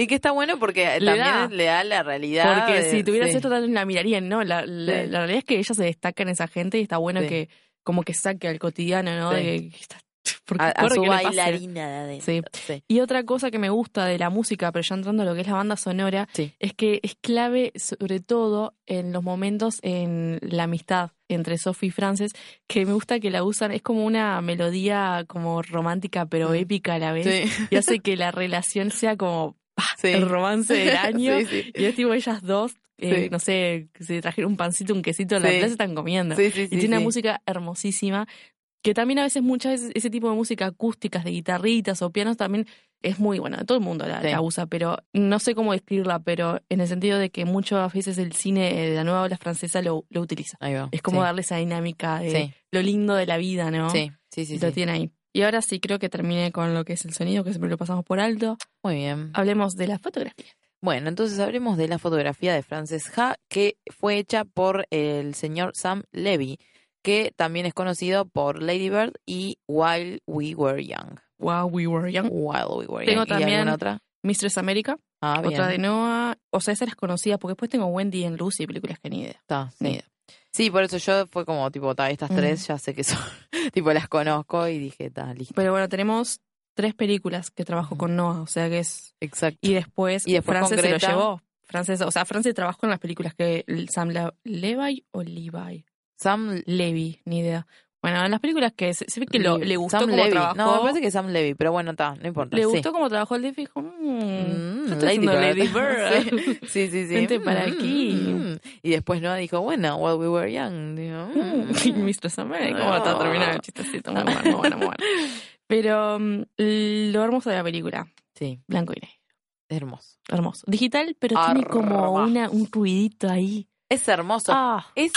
Y que está bueno porque eh, Le da. también le da la realidad. Porque de- si tuvieras sí. esto también la mirarían, ¿no? La, la, Sí. la realidad es que ella se destaca en esa gente y está bueno Sí. que como que saque al cotidiano, ¿no? Sí. De que- que está- porque a, a corre, su ¿qué le pasa? bailarina de adentro. Sí. Sí. Y otra cosa que me gusta de la música, pero ya entrando a lo que es la banda sonora, Sí. es que es clave sobre todo en los momentos en la amistad entre Sophie y Frances, que me gusta que la usan, es como una melodía como romántica pero Mm. épica a la vez, Sí. y hace que la relación sea como ¡pah! Sí. el romance del año. Sí, sí. Y es tipo ellas dos, eh, Sí. no sé, que se trajeron un pancito, un quesito en la Sí. plaza, están comiendo. Sí, sí, y sí, tiene una sí. música hermosísima, que también a veces, muchas veces, ese tipo de música acústicas, de guitarritas o pianos también es muy buena. Todo el mundo la, Sí. la usa, pero no sé cómo describirla, pero en el sentido de que muchas veces el cine eh, de la nueva ola francesa lo, lo utiliza. Ahí va. Es como Sí. darle esa dinámica de Sí. lo lindo de la vida, ¿no? Sí, sí, sí. Y lo sí. tiene ahí. Y ahora sí creo que terminé con lo que es el sonido, que siempre lo pasamos por alto. Muy bien. Hablemos de la fotografía. Bueno, entonces hablemos de la fotografía de Frances Ha, que fue hecha por el señor Sam Levy, que también es conocido por Lady Bird y While We Were Young. Wow, we were young. While We Were Mm. Tengo Young. ¿Y también- alguna otra? Mistress América, Ah, bien. otra de Noah. O sea, esas las conocía porque después tengo Wendy en Lucy, películas que ni idea. Está, Ni sí. idea. Sí, por eso yo fue como, tipo, ta, estas Mm. tres ya sé que son, tipo, las conozco y dije, ta, listo. Pero bueno, tenemos tres películas que trabajo Ujú. con Noah, o sea que es. Exacto. Y después, Y después Frances con se lo Greta. llevó. Frances, o sea, Frances trabajó en las películas que el Sam Le- Levi o Levi. Sam Levi, ni idea. Bueno, en las películas que se, se ve que lo- Levy. le gustó Sam cómo Levy. trabajó. No, me parece que Sam Levy, pero bueno, está, no importa. le sí. gustó cómo trabajó el Levi y dijo, mmm, Mm, yo estoy haciendo Lady Bird. sí, sí, sí. sí. Vente para aquí. Y después Noah dijo, bueno, while we were young. Digo, mm. Y Mistress América, ¿eh? ¿cómo está terminando el chistecito? Muy bueno, muy bueno, muy bueno. Pero mm, lo hermoso de la película, Sí, blanco y negro. hermoso. Hermoso. Digital, pero tiene como Hermoso. una, un ruidito ahí. Es hermoso. Ah, es,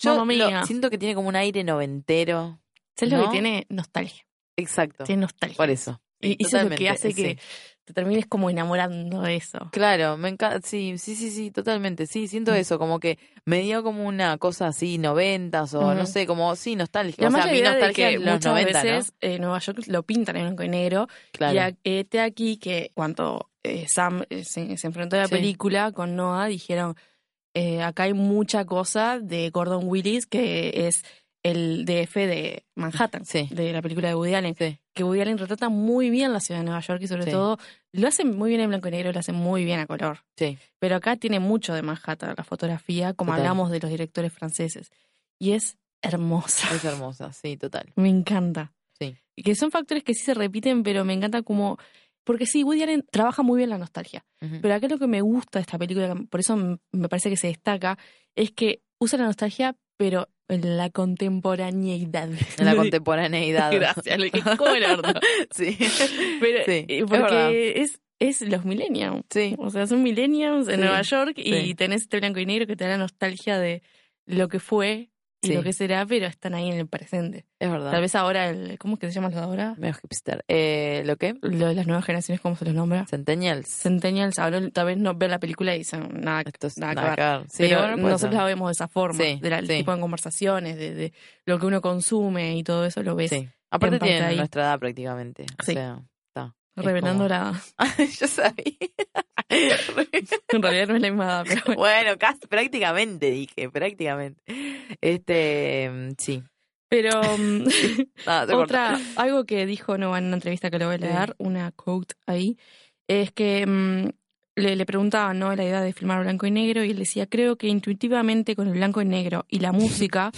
yo mamma lo- mía. siento que tiene como un aire noventero. ¿sabes lo ¿no? que tiene? Nostalgia. Exacto. Tiene nostalgia. Por eso. y Sí, y eso es lo que totalmente, hace que sí. te termines como enamorando de eso. Claro, me encanta. Sí, sí, sí, sí, totalmente. Sí, siento Mm. eso, como que me dio como una cosa así, noventas o no Ujú. sé, como, sí, Y nostálgica. O además sea, la mi idea de nostalgia que en los muchas 90, veces eh, Nueva York lo pintan en blanco y negro. ¿no? Claro. Y a- este aquí que cuando eh, Sam eh, se, se enfrentó a la Sí. película con Noah, dijeron, eh, acá hay mucha cosa de Gordon Willis, que es el DF de Manhattan, Sí. de la película de Woody Allen. Sí. que Woody Allen retrata muy bien la ciudad de Nueva York y sobre Sí. todo lo hacen muy bien en blanco y negro, lo hacen muy bien a color. Sí. Pero acá tiene mucho de Manhattan la fotografía, como Total. hablamos de los directores franceses. Y es hermosa. Es hermosa, sí, total. Me encanta. Sí. Y Que son factores que sí se repiten, pero me encanta como Porque sí, Woody Allen trabaja muy bien la nostalgia. Ujú. Pero acá lo que me gusta de esta película, que por eso m- me parece que se destaca, es que usa la nostalgia, pero en la contemporaneidad. En la contemporaneidad. Gracias, le quedé como el orto. Sí. Pero, Sí, eh, es verdad. porque es, es los millennials. Sí. O sea, son millennials en Sí, Nueva York y sí. tenés este blanco y negro que te da la nostalgia de lo que fue y Sí. lo que será, pero están ahí en el presente. Es verdad. Tal vez ahora, el, ¿cómo es que se llama lo de ahora? Medio hipster. Eh, ¿Lo qué? Lo de las nuevas generaciones, ¿cómo se los nombra? Centennials. Centennials, ahora tal vez no vean la película y dicen nada, Esto es nada que nada ver. pues que ver. Sí, pero bueno, puede nosotros ser. la vemos de esa forma, Sí, del sí. tipo de conversaciones, de, de lo que uno consume y todo eso lo ves. Sí. Aparte en tienen pantalla. nuestra edad prácticamente. O Sí. sea, está. Es Revelando como- la... Yo sabía. en realidad no es la misma edad, pero bueno. Bueno, casi, prácticamente dije, prácticamente. Este, mm, sí. Pero mm, Nada, se corta. otra, algo que dijo Nova en una entrevista que lo voy a Sí. leer, una quote ahí, es que mm, le, le preguntaban ¿no? la idea de filmar blanco y negro y él decía, creo que intuitivamente con el blanco y negro y la música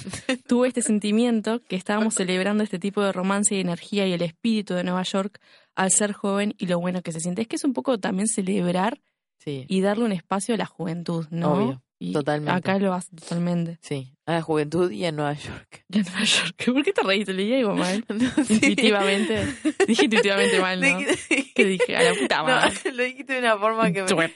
tuve este sentimiento que estábamos celebrando este tipo de romance y energía y el espíritu de Nueva York al ser joven y lo bueno que se siente. Es que es un poco también celebrar Sí, y darle un espacio a la juventud, ¿no? Obvio, Y totalmente. Acá lo hace totalmente. sí. A la juventud y en Nueva York. Y en Nueva York. ¿Por qué te reíste? Le digo mal. No, sí. Intuitivamente. Dije intuitivamente mal, ¿no? Dijiste- ¿Qué dije? A la puta madre. No, lo dijiste de una forma que me-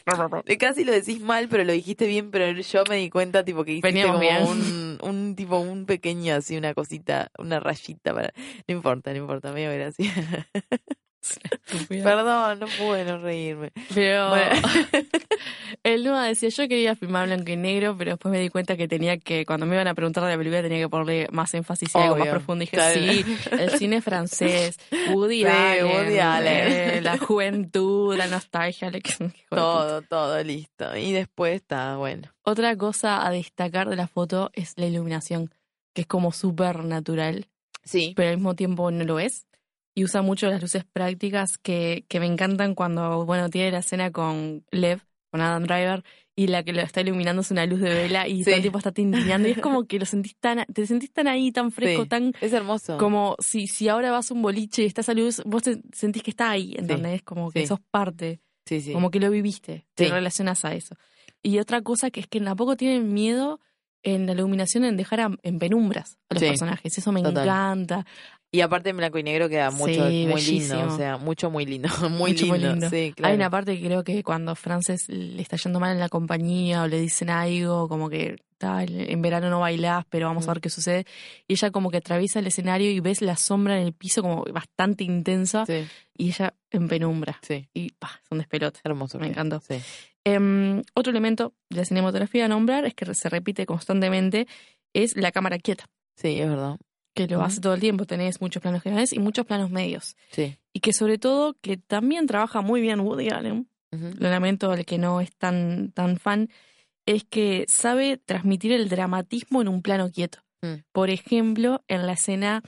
eh, Casi lo decís mal, pero lo dijiste bien, pero yo me di cuenta tipo que hiciste Veníamos como bien. un, un tipo un pequeño así, una cosita, una rayita para. No importa, no importa, medio gracia. Perdón, no pude no reírme. Pero Bueno. el Numa decía, yo quería filmar blanco y negro, pero después me di cuenta que tenía que, cuando me iban a preguntar de la película, tenía que ponerle más énfasis y algo más Obvio, profundo. Y dije, claro. sí, el cine francés, Woody Sí, Allen, Woody Allen. eh, la juventud, la nostalgia, la- hijo de puta. Todo, todo listo. Y después está, bueno. Otra cosa a destacar de la foto es la iluminación, que es como súper natural. Sí. pero al mismo tiempo no lo es. Y usa mucho las luces prácticas que, que me encantan cuando, bueno, tiene la escena con Lev, con Adam Driver, y la que lo está iluminando es una luz de vela y Sí. todo el tiempo está tintineando. Y es como que lo sentís tan, te sentís tan ahí, tan fresco, Sí. tan Es hermoso. como si, si ahora vas a un boliche y está esa luz, vos te sentís que está ahí, ¿entendés? Como que Sí. sos parte, Sí, sí. como que lo viviste, te Sí. relacionas a eso. Y otra cosa que es que tampoco tienen miedo en la iluminación en dejar a- en penumbras a los Sí. personajes. Eso me Total. encanta. Y aparte en blanco y negro queda mucho, Sí, muy bellísimo. lindo. O sea, mucho, muy lindo. Muy, Mucho, muy lindo. lindo. Sí, claro. Hay una parte que creo que cuando Frances le está yendo mal en la compañía o le dicen algo, como que tal, en verano no bailás, pero vamos Mm. a ver qué sucede. Y ella como que atraviesa el escenario y ves la sombra en el piso como bastante intensa Sí, y ella en penumbra. sí. Y pa, son despelotes. Hermoso. Me queda. encantó. Sí. Em, otro elemento de la cinematografía a nombrar es que se repite constantemente, es la cámara quieta, sí, es verdad. que lo Ujú. hace todo el tiempo. Tenés muchos planos generales y muchos planos medios. Sí. Y que sobre todo, que también trabaja muy bien Woody Allen, Ujú. lo lamento al que no es tan, tan fan, es que sabe transmitir el dramatismo en un plano quieto. Mm. Por ejemplo, en la escena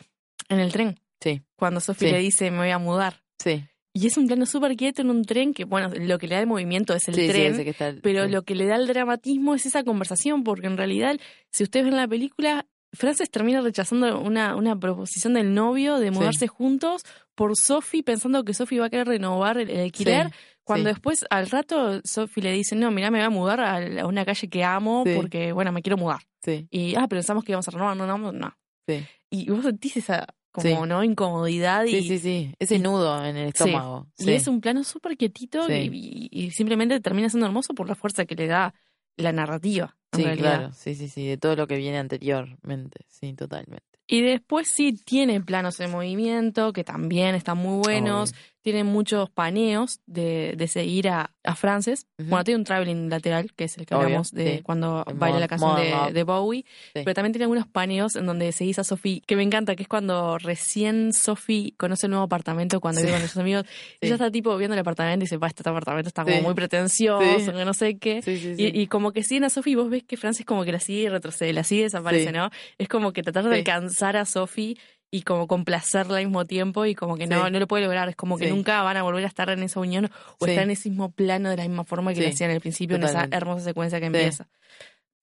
en el tren. Sí. Cuando Sophie Sí. le dice, me voy a mudar. Sí. Y es un plano súper quieto en un tren que, bueno, lo que le da el movimiento es el sí, sí, tren. ese que está el- Pero sí. lo que le da el dramatismo es esa conversación, porque en realidad, si ustedes ven la película, Frances termina rechazando una, una proposición del novio de Sí. mudarse juntos por Sophie, pensando que Sophie va a querer renovar el, el Sí, alquiler. Cuando sí. después, al rato, Sophie le dice, no, mirá, me voy a mudar a la- a una calle que amo Sí. porque, bueno, me quiero mudar. Sí, Y, ah, pensamos que íbamos a renovar, no, no, no, no. Sí. Y vos sentís esa, como, Sí. ¿no? Incomodidad y... sí, sí, sí. Ese y- nudo en el estómago. Y Sí. es un plano súper quietito Sí. y, y- y simplemente termina siendo hermoso por la fuerza que le da la narrativa. en Sí, realidad. claro. Sí, sí, sí. De todo lo que viene anteriormente. Sí, totalmente. Y después sí tiene planos en movimiento, que también están muy buenos. Obvio. Tiene muchos paneos de, de seguir a, a Frances. Ujú. Bueno, tiene un traveling lateral, que es el que Obvio, hablamos de sí. cuando El baila la Modern- canción de, Modern de Bowie. Pero también tiene algunos paneos en donde seguís a Sophie, que me encanta, que es cuando recién Sophie conoce el nuevo apartamento, cuando Sí. vive con sus amigos. Sí. Ella está tipo viendo el apartamento y dice, va, este apartamento está como Sí. muy pretencioso, Sí. que no sé qué. Sí, sí, sí. Y, y como que siguen a Sophie y vos ves que Frances como que la sigue y retrocede, la sigue y desaparece, Sí. ¿no? Es como que tratar de Sí. alcanzar a Sophie y como complacerla al mismo tiempo y como que no, Sí. no lo puede lograr, es como que Sí. nunca van a volver a estar en esa unión o Sí. estar en ese mismo plano de la misma forma que Sí. lo hacían al principio en Totalmente. esa hermosa secuencia que Sí. empieza.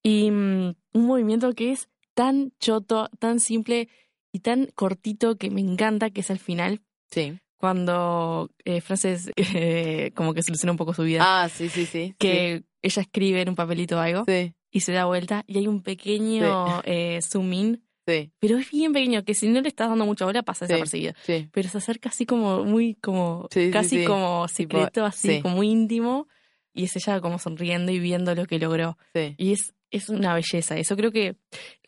Y mm, un movimiento que es tan choto, tan simple y tan cortito que me encanta que es al final Sí. cuando eh, frases eh, como que soluciona un poco su vida. Ah, sí, sí, sí. que ella escribe en un papelito algo Sí, sí, y se da vuelta y hay un pequeño eh, zoom in, sí. pero es bien pequeño, que si no le estás dando mucha bola pasa Sí. desapercibido. sí. Pero se acerca así como muy, como, Sí, sí, casi sí. como Tipo, secreto, así sí. como íntimo, y es ella como sonriendo y viendo lo que logró. sí. Y es, es una belleza. Eso creo que.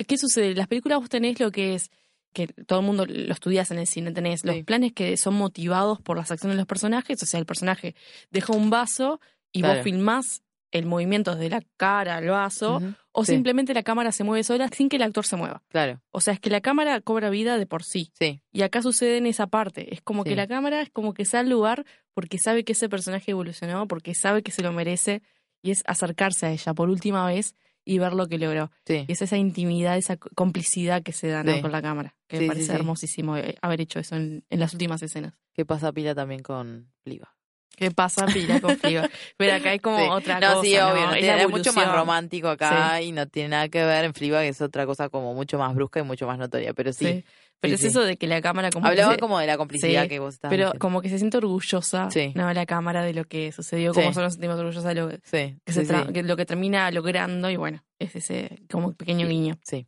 ¿Qué sucede? Las películas vos tenés lo que es. Que todo el mundo lo estudias en el cine, tenés Sí. los planes que son motivados por las acciones de los personajes. O sea, el personaje deja un vaso y Claro. vos filmás el movimiento desde la cara al vaso. Ujú, O sí. simplemente la cámara se mueve sola sin que el actor se mueva. Claro, O sea, es que la cámara cobra vida de por sí. sí. Y acá sucede en esa parte. Es como Sí. que la cámara es como que está al lugar porque sabe que ese personaje evolucionó, porque sabe que se lo merece. Y es acercarse a ella por última vez y ver lo que logró. Sí. Y es esa intimidad, esa co- complicidad que se da ¿no? Sí. con la cámara. Que Sí, me sí, parece sí. hermosísimo eh, haber hecho eso en, en las últimas escenas. Que pasa pila también con Pliva. ¿Qué pasa, pila con Fliba? Pero acá hay como Sí. otra no, cosa. sí, obvio. no Es tiene- la es mucho más evolución. romántico acá y no tiene nada que ver en Fliba, que es otra cosa como mucho más brusca y mucho más notoria. Pero sí, Sí. Pero Sí, es sí. eso de que la cámara como que hablaba se- como de la complicidad sí, que vos estabas Pero diciendo. como que se siente orgullosa, Sí. ¿no? La cámara de lo que sucedió, Sí. como solo nos sentimos orgullosos de lo, Sí, que se sí, tra- sí. que lo que termina logrando y bueno, es ese como pequeño Sí, guiño. sí.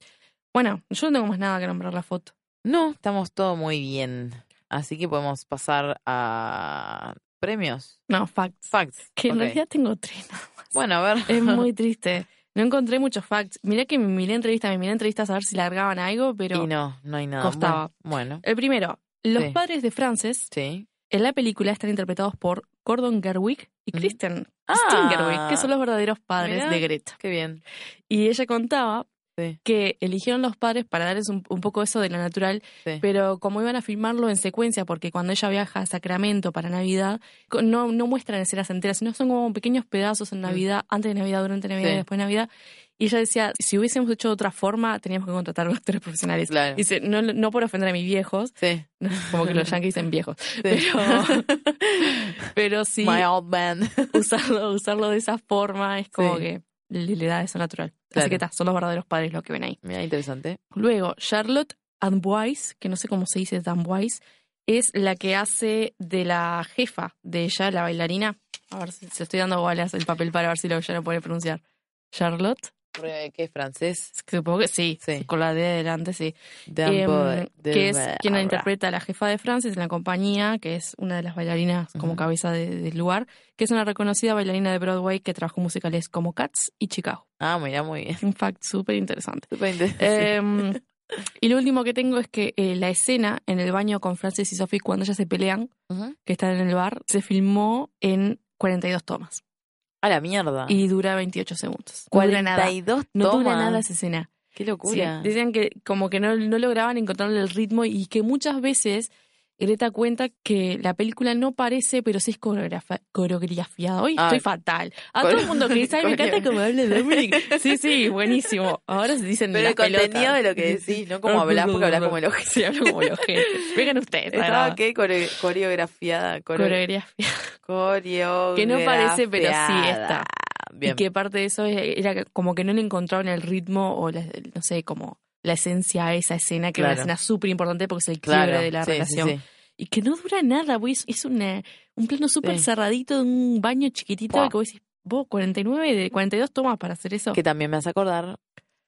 Bueno, yo no tengo más nada que nombrar la foto. No, estamos todo muy bien. Así que podemos pasar a premios. No, facts. Facts. Que en Ok. realidad tengo tres. nada más. Bueno, a ver. Es muy triste. No encontré muchos facts. Mirá que me miré entrevistas, me miré entrevistas a ver si largaban algo, pero y no, no hay nada. costaba. Bueno, bueno, el primero, los Sí. padres de Frances sí. en la película están interpretados por Gordon Gerwig y Ujú. Christian Ah. Christine Gerwig, que son los verdaderos padres Mirá. de Greta. Qué bien. Y ella contaba Sí. que eligieron los padres para darles un, un poco eso de lo natural, Sí. pero como iban a filmarlo en secuencia, porque cuando ella viaja a Sacramento para Navidad, co- no, no muestran escenas enteras, sino son como pequeños pedazos en Navidad, antes de Navidad, durante Navidad Sí. y después de Navidad. Y ella decía, si hubiésemos hecho de otra forma, teníamos que contratar actores profesionales. Claro. Dice, no, no por ofender a mis viejos, Sí. como que los yankees dicen viejos, sí. pero, pero sí, My old man. usarlo, usarlo de esa forma es como Sí. que le, le da eso natural. Claro. Así que ta, son los verdaderos padres los que ven ahí. Mira, interesante. Luego, Charlotte Anboise, que no sé cómo se dice Anboise, es la que hace de la jefa de ella, la bailarina. A ver si se estoy dando bolas el papel para ver si lo ya lo puede pronunciar. Charlotte, Re- Que es francés. supongo que sí, Sí. con la D adelante, sí. Dan Em, Boy, de que es Ra- quien la Ra- interpreta a la jefa de Frances en la compañía, que es una de las bailarinas como Ujú. cabeza de- del lugar, que es una reconocida bailarina de Broadway que trabajó musicales como Cats y Chicago. Ah, mira, muy bien. Un fact súper interesante. Súper interesante. Em, y lo último que tengo es que eh, la escena en el baño con Frances y Sophie cuando ellas se pelean, Ujú. que están en el bar, se filmó en 42 tomas A la mierda. y dura 28 segundos. No dura nada. 42 No dura Ah. tomas. nada esa escena. Qué Sí, locura. decían que como que no, no lograban encontrarle el ritmo y que muchas veces Greta cuenta que la película no parece, pero sí es coreografa- coreografiada. Hoy Ah. estoy fatal. A Core- todo el mundo que dice, ay, me encanta coreo- como habla Dominic. Sí, sí, buenísimo. Ahora se dicen Pero las el contenido pelotas. de lo que decís, no Ah, como hablas, porque hablas como el ojete. Sí, hablo como el ojete. Vengan ustedes. Estaba tarada. qué Core- coreografiada. Core- Coreografía. coreografiada. Que no parece, pero sí está. Bien. Y que parte de eso es- era como que no le encontraban el ritmo o, la- no sé, como la esencia a esa escena, que era Claro. una escena súper importante porque es el quiebre claro, de la sí, sí, relación. sí. Y que no dura nada, güey. Es, es una, un plano súper Sí. cerradito de un baño chiquitito Buah. que vos decís, vos, 49, de 42 tomas para hacer eso. Que también me hace acordar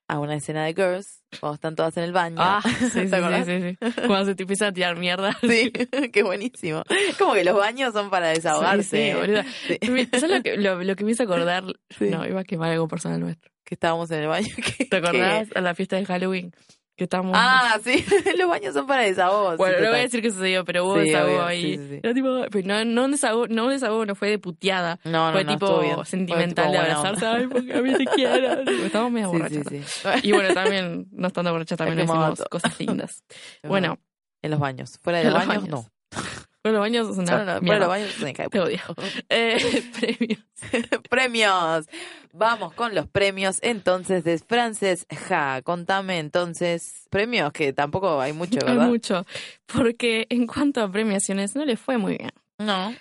a una escena de Girls, cuando están todas en el baño. Ah, sí, sí, ¿Te sí, acordás? sí, sí. Cuando se te empieza a tirar mierda. Sí, qué buenísimo. Como que los baños son para desahogarse. Sí, sí, boluda. Sí. Me- ¿Sabes lo que, lo, lo que me hizo acordar? Sí. No, iba a quemar algo personal nuestro. Que estábamos en el baño. que- ¿Te que- acordás? A la fiesta de Halloween. Que estamos... Ah, sí, los baños son para desahogo. sí, Bueno, no voy a total. decir que sucedió, pero hubo Sí, desahogo obvio, ahí. sí, sí, sí. Era tipo, pero no, no un desahogo, no un desahogo, no fue de puteada. no, no, fue no, estuvo bien. tipo sentimental Fue tipo de buena onda. abrazarse. Ay, porque a mí te quiero. Tipo, Estábamos medio borrachos. Sí, Este sí, sí. Y bueno, también, no estando borrachas, también quemaba hicimos todo. cosas lindas. Este Bueno, En los baños. Fuera de En los, los baños, baños. no. pero los baños son No, no, una no, Fuera de mierda. los baños, se me cae. Te odio. Eh, premios. premios. Vamos con los premios entonces de Frances Ja. Contame entonces premios que tampoco hay mucho, Hay ¿verdad? mucho. Porque en cuanto a premiaciones, no le fue muy bien. No.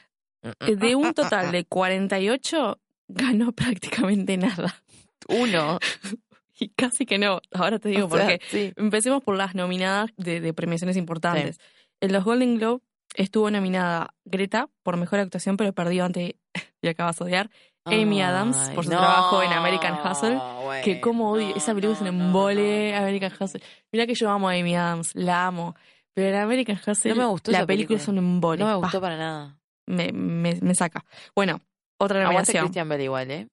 De un total de 48, ganó prácticamente nada. Uno. Y casi que no. Ahora te digo O por sea, qué. sí. Empecemos por las nominadas de, de premiaciones importantes. En los Golden Globe estuvo nominada Greta por mejor actuación, pero perdió ante, y acá vas a odiar, Amy Adams por su Ay, no, trabajo en American Hustle. bueno, Que como odio, esa película es un Eh, no, no, embole, American Hustle. Mirá que yo amo a Amy Adams, la amo. Pero en American Hustle, No me gustó la esa película, película. es un embole. No me pa, gustó para nada. me, me- me saca. Bueno, otra Aguante nominación. Christian Bale igual, ¿eh?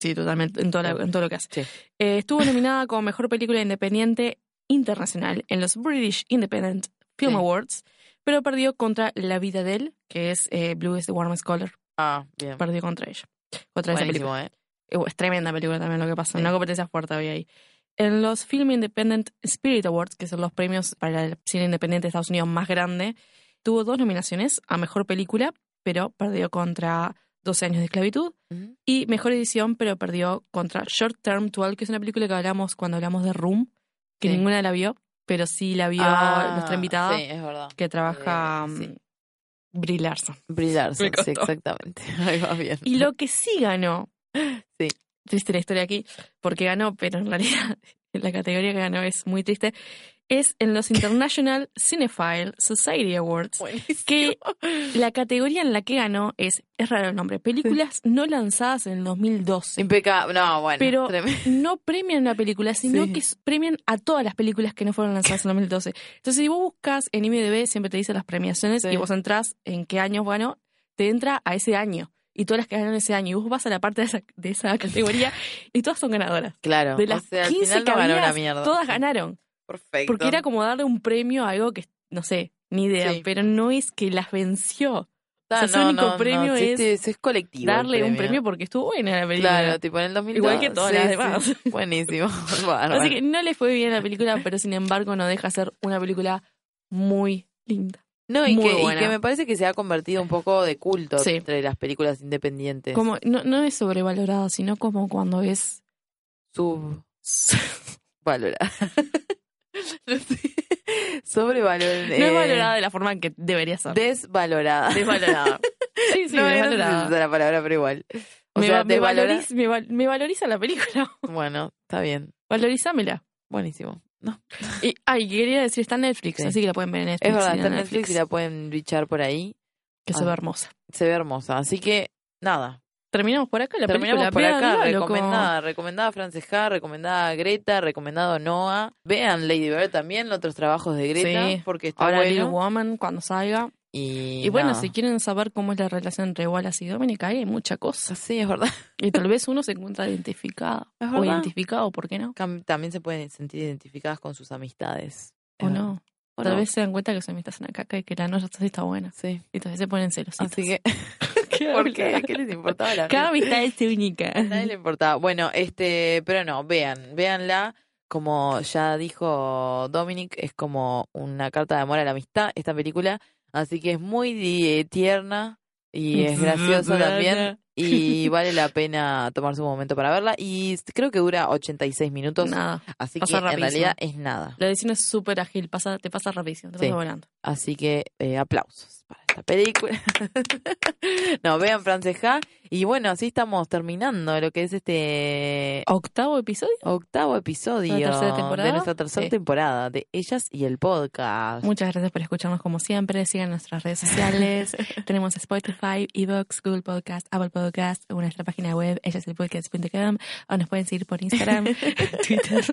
Sí, totalmente, en todo, la- en todo lo que hace. Sí. Eh, estuvo nominada como Mejor Película Independiente Internacional en los British Independent Film Sí. Awards, pero perdió contra La Vida de él, que es eh, Blue is the Warmest Color. Ah, bien. Perdió contra ella. Contra esa película. Buenísimo, ¿eh? Eh, Es tremenda película también lo que pasa. Sí. Una competencia fuerte había ahí. En los Film Independent Spirit Awards, que son los premios para el cine independiente de Estados Unidos más grande, tuvo dos nominaciones a Mejor Película, pero perdió contra 12 años de esclavitud Ujú. y mejor edición, pero perdió contra Short Term 12, que es una película que hablamos cuando hablamos de Room, que Sí. ninguna la vio, pero sí la vio Ah, nuestra invitada Sí, es verdad. que trabaja eh, sí. mm, Brie Larson. Brillarse, Me costó. sí, exactamente. Ahí va bien. Y lo que sí ganó, Sí. triste la historia aquí, porque ganó, pero en realidad la categoría que ganó es muy triste, es en los International Cinephile Society Awards, Buenísimo. que la categoría en la que ganó es, es raro el nombre, películas no lanzadas en el 2012. Impecable. No, bueno. Pero- tremendo. no premian una película, sino Sí. que s- premian a todas las películas que no fueron lanzadas en 2012. Entonces, si vos buscas en IMDb, siempre te dice las premiaciones Sí. y vos entrás en qué año ganó, te entra a ese año y todas las que ganaron ese año. Y vos vas a la parte de esa, de esa categoría y todas son ganadoras. Claro. De o las sea, al 15 final que no ganó había, una mierda. todas ganaron. Perfecto. Porque era como darle un premio a algo que, no sé, ni idea, Sí. pero no es que las venció. Ah, o sea, su único premio sí, es sí, es, colectivo. el Darle un premio porque estuvo buena la película. Claro, tipo en el 2002. Igual que todas Sí, las sí. demás. Buenísimo. Bárbaro. Así que no le fue bien la película, pero sin embargo no deja de ser una película muy linda. No, y Muy que, y buena. que me parece que se ha convertido un poco de culto Sí. entre las películas independientes. Como, no, no es sobrevalorada, sino como cuando es... Subvalorada. no sé. Sobrevalorada. No es valorada de la forma en que debería ser. Desvalorada. Desvalorada. sí, sí, no, no sé si desvalorada. es la palabra, pero igual. O me, sea, va- me desvalora- valoriz- me val- me valoriza la película. Bueno, está bien. Valorizámela. Buenísimo. No. Y, ay, quería decir, está en Netflix, Sí. así que la pueden ver en Netflix. Es verdad, sí, está en Netflix y la pueden bichar por ahí. Que se Ah. ve hermosa. Se ve hermosa. Así que, nada. Terminamos por acá la Terminamos película. por acá. véanla, loco. Recomendada. Recomendada Francesca, recomendada Greta, recomendado Noah. Vean Lady Bird también, otros trabajos de Greta, Sí. porque está Ahora Little bueno. Woman, cuando salga. Y, Y, bueno, nada. si quieren saber cómo es la relación entre Wallace y Dominica, hay mucha cosa. Sí, es verdad. Y tal vez uno se encuentra identificada. Es O verdad. identificado, ¿por qué no? Cam- También se pueden sentir identificadas con sus amistades. Es O verdad. no. O tal no. vez se dan cuenta que su amistad es una caca y que la nuestra sí está buena. Sí. Y tal vez se ponen celositas. Así que, ¿Qué ¿por qué? habla? ¿Qué les importaba la Cada amistad es única. A nadie le importaba. Bueno, este, pero no, vean, véanla. Como ya dijo Dominic, es como una carta de amor a la amistad esta película. Así que es muy di- eh, tierna y es graciosa también. Y vale la pena tomarse un momento para verla. Y creo que dura 86 minutos. Nada. así que pasa en rapidísimo. realidad es nada. La edición es súper ágil. Pasa, te pasa rapidísimo. Te Sí. pasa volando. Así que eh, aplausos para esta película. no, vean Francesca. Y bueno, así estamos terminando lo que es este Octavo episodio. Octavo episodio ¿La tercera temporada? de nuestra tercera Sí. temporada de Ellas y el Podcast. Muchas gracias por escucharnos como siempre. Sigan nuestras redes sociales. Tenemos Spotify, Evox, Google Podcast, Apple Podcast, o nuestra página web, ellaselpodcast.com, o nos pueden seguir por Instagram, Twitter.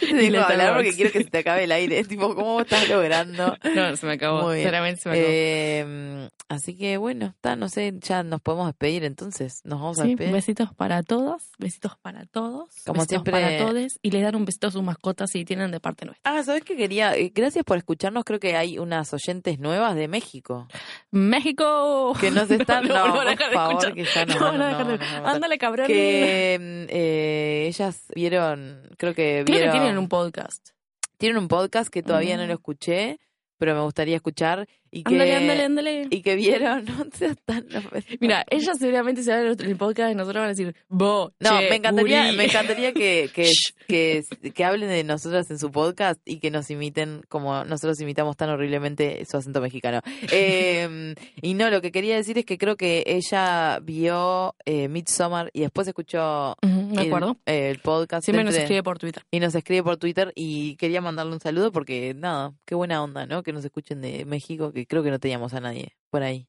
Te y dejo la hablar porque Starbucks. quiero que se te acabe el aire. tipo, ¿cómo vos estás logrando? No, se me acabó. Muy bien. Sinceramente se me acabó. Eh, así que bueno, está, no sé, ya nos podemos despedir entonces. Nos vamos a Sí, despedir. besitos para todas, besitos para todos, Como besitos siempre- para todos y les dar un besito a sus mascotas si tienen de parte nuestra. Ah, ¿sabes qué quería? Eh, Gracias por escucharnos. Creo que hay unas oyentes nuevas de México México. que nos están. No, no, no van a por dejar de favor, escuchar. que ya No, no, no, van a no, dejar de- no, no, no, no. Ándale, cabrón. Que mm, eh, ellas vieron, creo que Creo que vieron. tienen un podcast. Tienen un podcast que todavía no Mm. lo escuché, pero me gustaría escuchar. Y que, Ándale, ándale, ándale. Y que vieron, no seas tan ofensiva. Mira, ellas seguramente se van a el podcast y nosotros van a decir, bo, No, che, me encantaría, gurí". me encantaría que, que, Shh. que, que hablen de nosotras en su podcast y que nos imiten como nosotros imitamos tan horriblemente su acento mexicano. Eh, y no, lo que quería decir es que creo que ella vio eh, Midsommar y después escuchó Ujú, Me el- acuerdo. el, podcast. Siempre nos entre- escribe por Twitter. Y nos escribe por Twitter y quería mandarle un saludo porque, nada, qué buena onda, ¿no? Que nos escuchen de México, porque creo que no teníamos a nadie por ahí.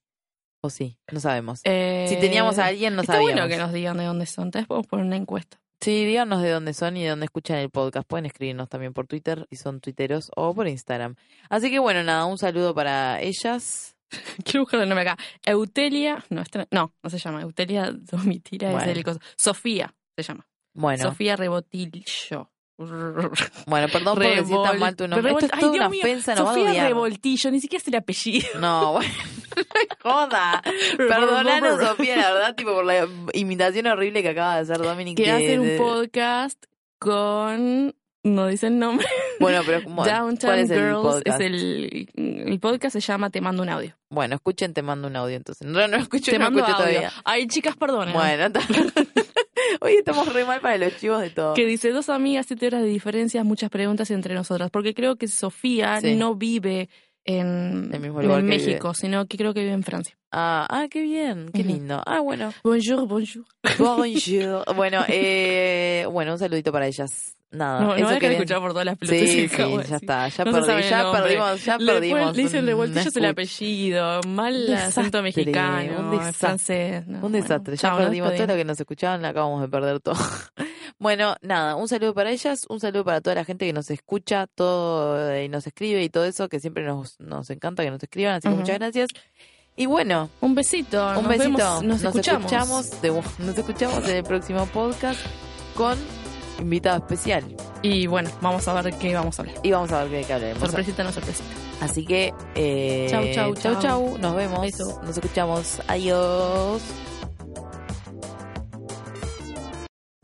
O sí, no sabemos. Eh, si teníamos a alguien, no está sabíamos. bueno que nos digan de dónde son. Entonces podemos poner una encuesta. Sí, díganos de dónde son y de dónde escuchan el podcast. Pueden escribirnos también por Twitter, si son tuiteros, o por Instagram. Así que bueno, nada, un saludo para ellas. Quiero buscar el nombre acá. Eutelia, no, esta- no, no se llama. Eutelia Domitila Bueno. es el coso. Sofía se llama. Bueno, Sofía Rebotillo. Revol- bueno, perdón por decir tan mal tu nombre. Esto Revol- es Ay, toda Dios una mío, ofensa, nos va a Sofía odiar. Revoltillo, ni siquiera es el apellido. No, bueno, joda. Perdonanos, Sofía, la verdad, tipo por la imitación horrible que acaba de hacer Dominic. Quiere de- hacer un de- podcast con. No dice el nombre. Bueno, pero como- ¿cuál Downtown es el Girls podcast? es el. El podcast se llama Te mando un audio. Bueno, escuchen, te mando un audio entonces. No, no escucho, Te no mando escucho audio. todavía. Ay, chicas, perdonen. Bueno, está- hoy estamos re mal para los chivos de todo. Que dice dos amigas, siete horas de diferencias, muchas preguntas entre nosotras. Porque creo que Sofía Sí. no vive en, El mismo lugar en que México, sino que creo que vive en Francia. Ah, ah, qué bien, qué Ujú. lindo. Ah, bueno. Bonjour, bonjour. Bonjour. Bueno, eh, bueno, un saludito para ellas. Nada, No, no Ah, eso dejan de querían- escuchar por todas las pelotas. Sí, sí, ya está, ya, No se perdí, saben el ya nombre. perdimos, ya Le perdimos. dicen un- revoltillo es el un- apellido, mal desastre, acento mexicano, un desastre. francés. no, Un Ah, bueno, desastre, ya chao, nos perdimos todo despedimos. lo que nos escuchaban, la acabamos de perder todo. bueno, nada, un saludo para ellas, un saludo para toda la gente que nos escucha, todo eh, y nos escribe y todo eso, que siempre nos, nos encanta que nos escriban, así que Ujú. muchas gracias. Y bueno, Un besito, un nos besito, vemos, nos, escuchamos. de- nos escuchamos en el próximo podcast con invitado especial. Y bueno, vamos a ver qué vamos a hablar. Y vamos a ver qué- qué hablaremos. Sorpresita, no sorpresita. Así que, eh, Chau, chau, chau, chau. chau. nos vemos, Beso. nos escuchamos, adiós.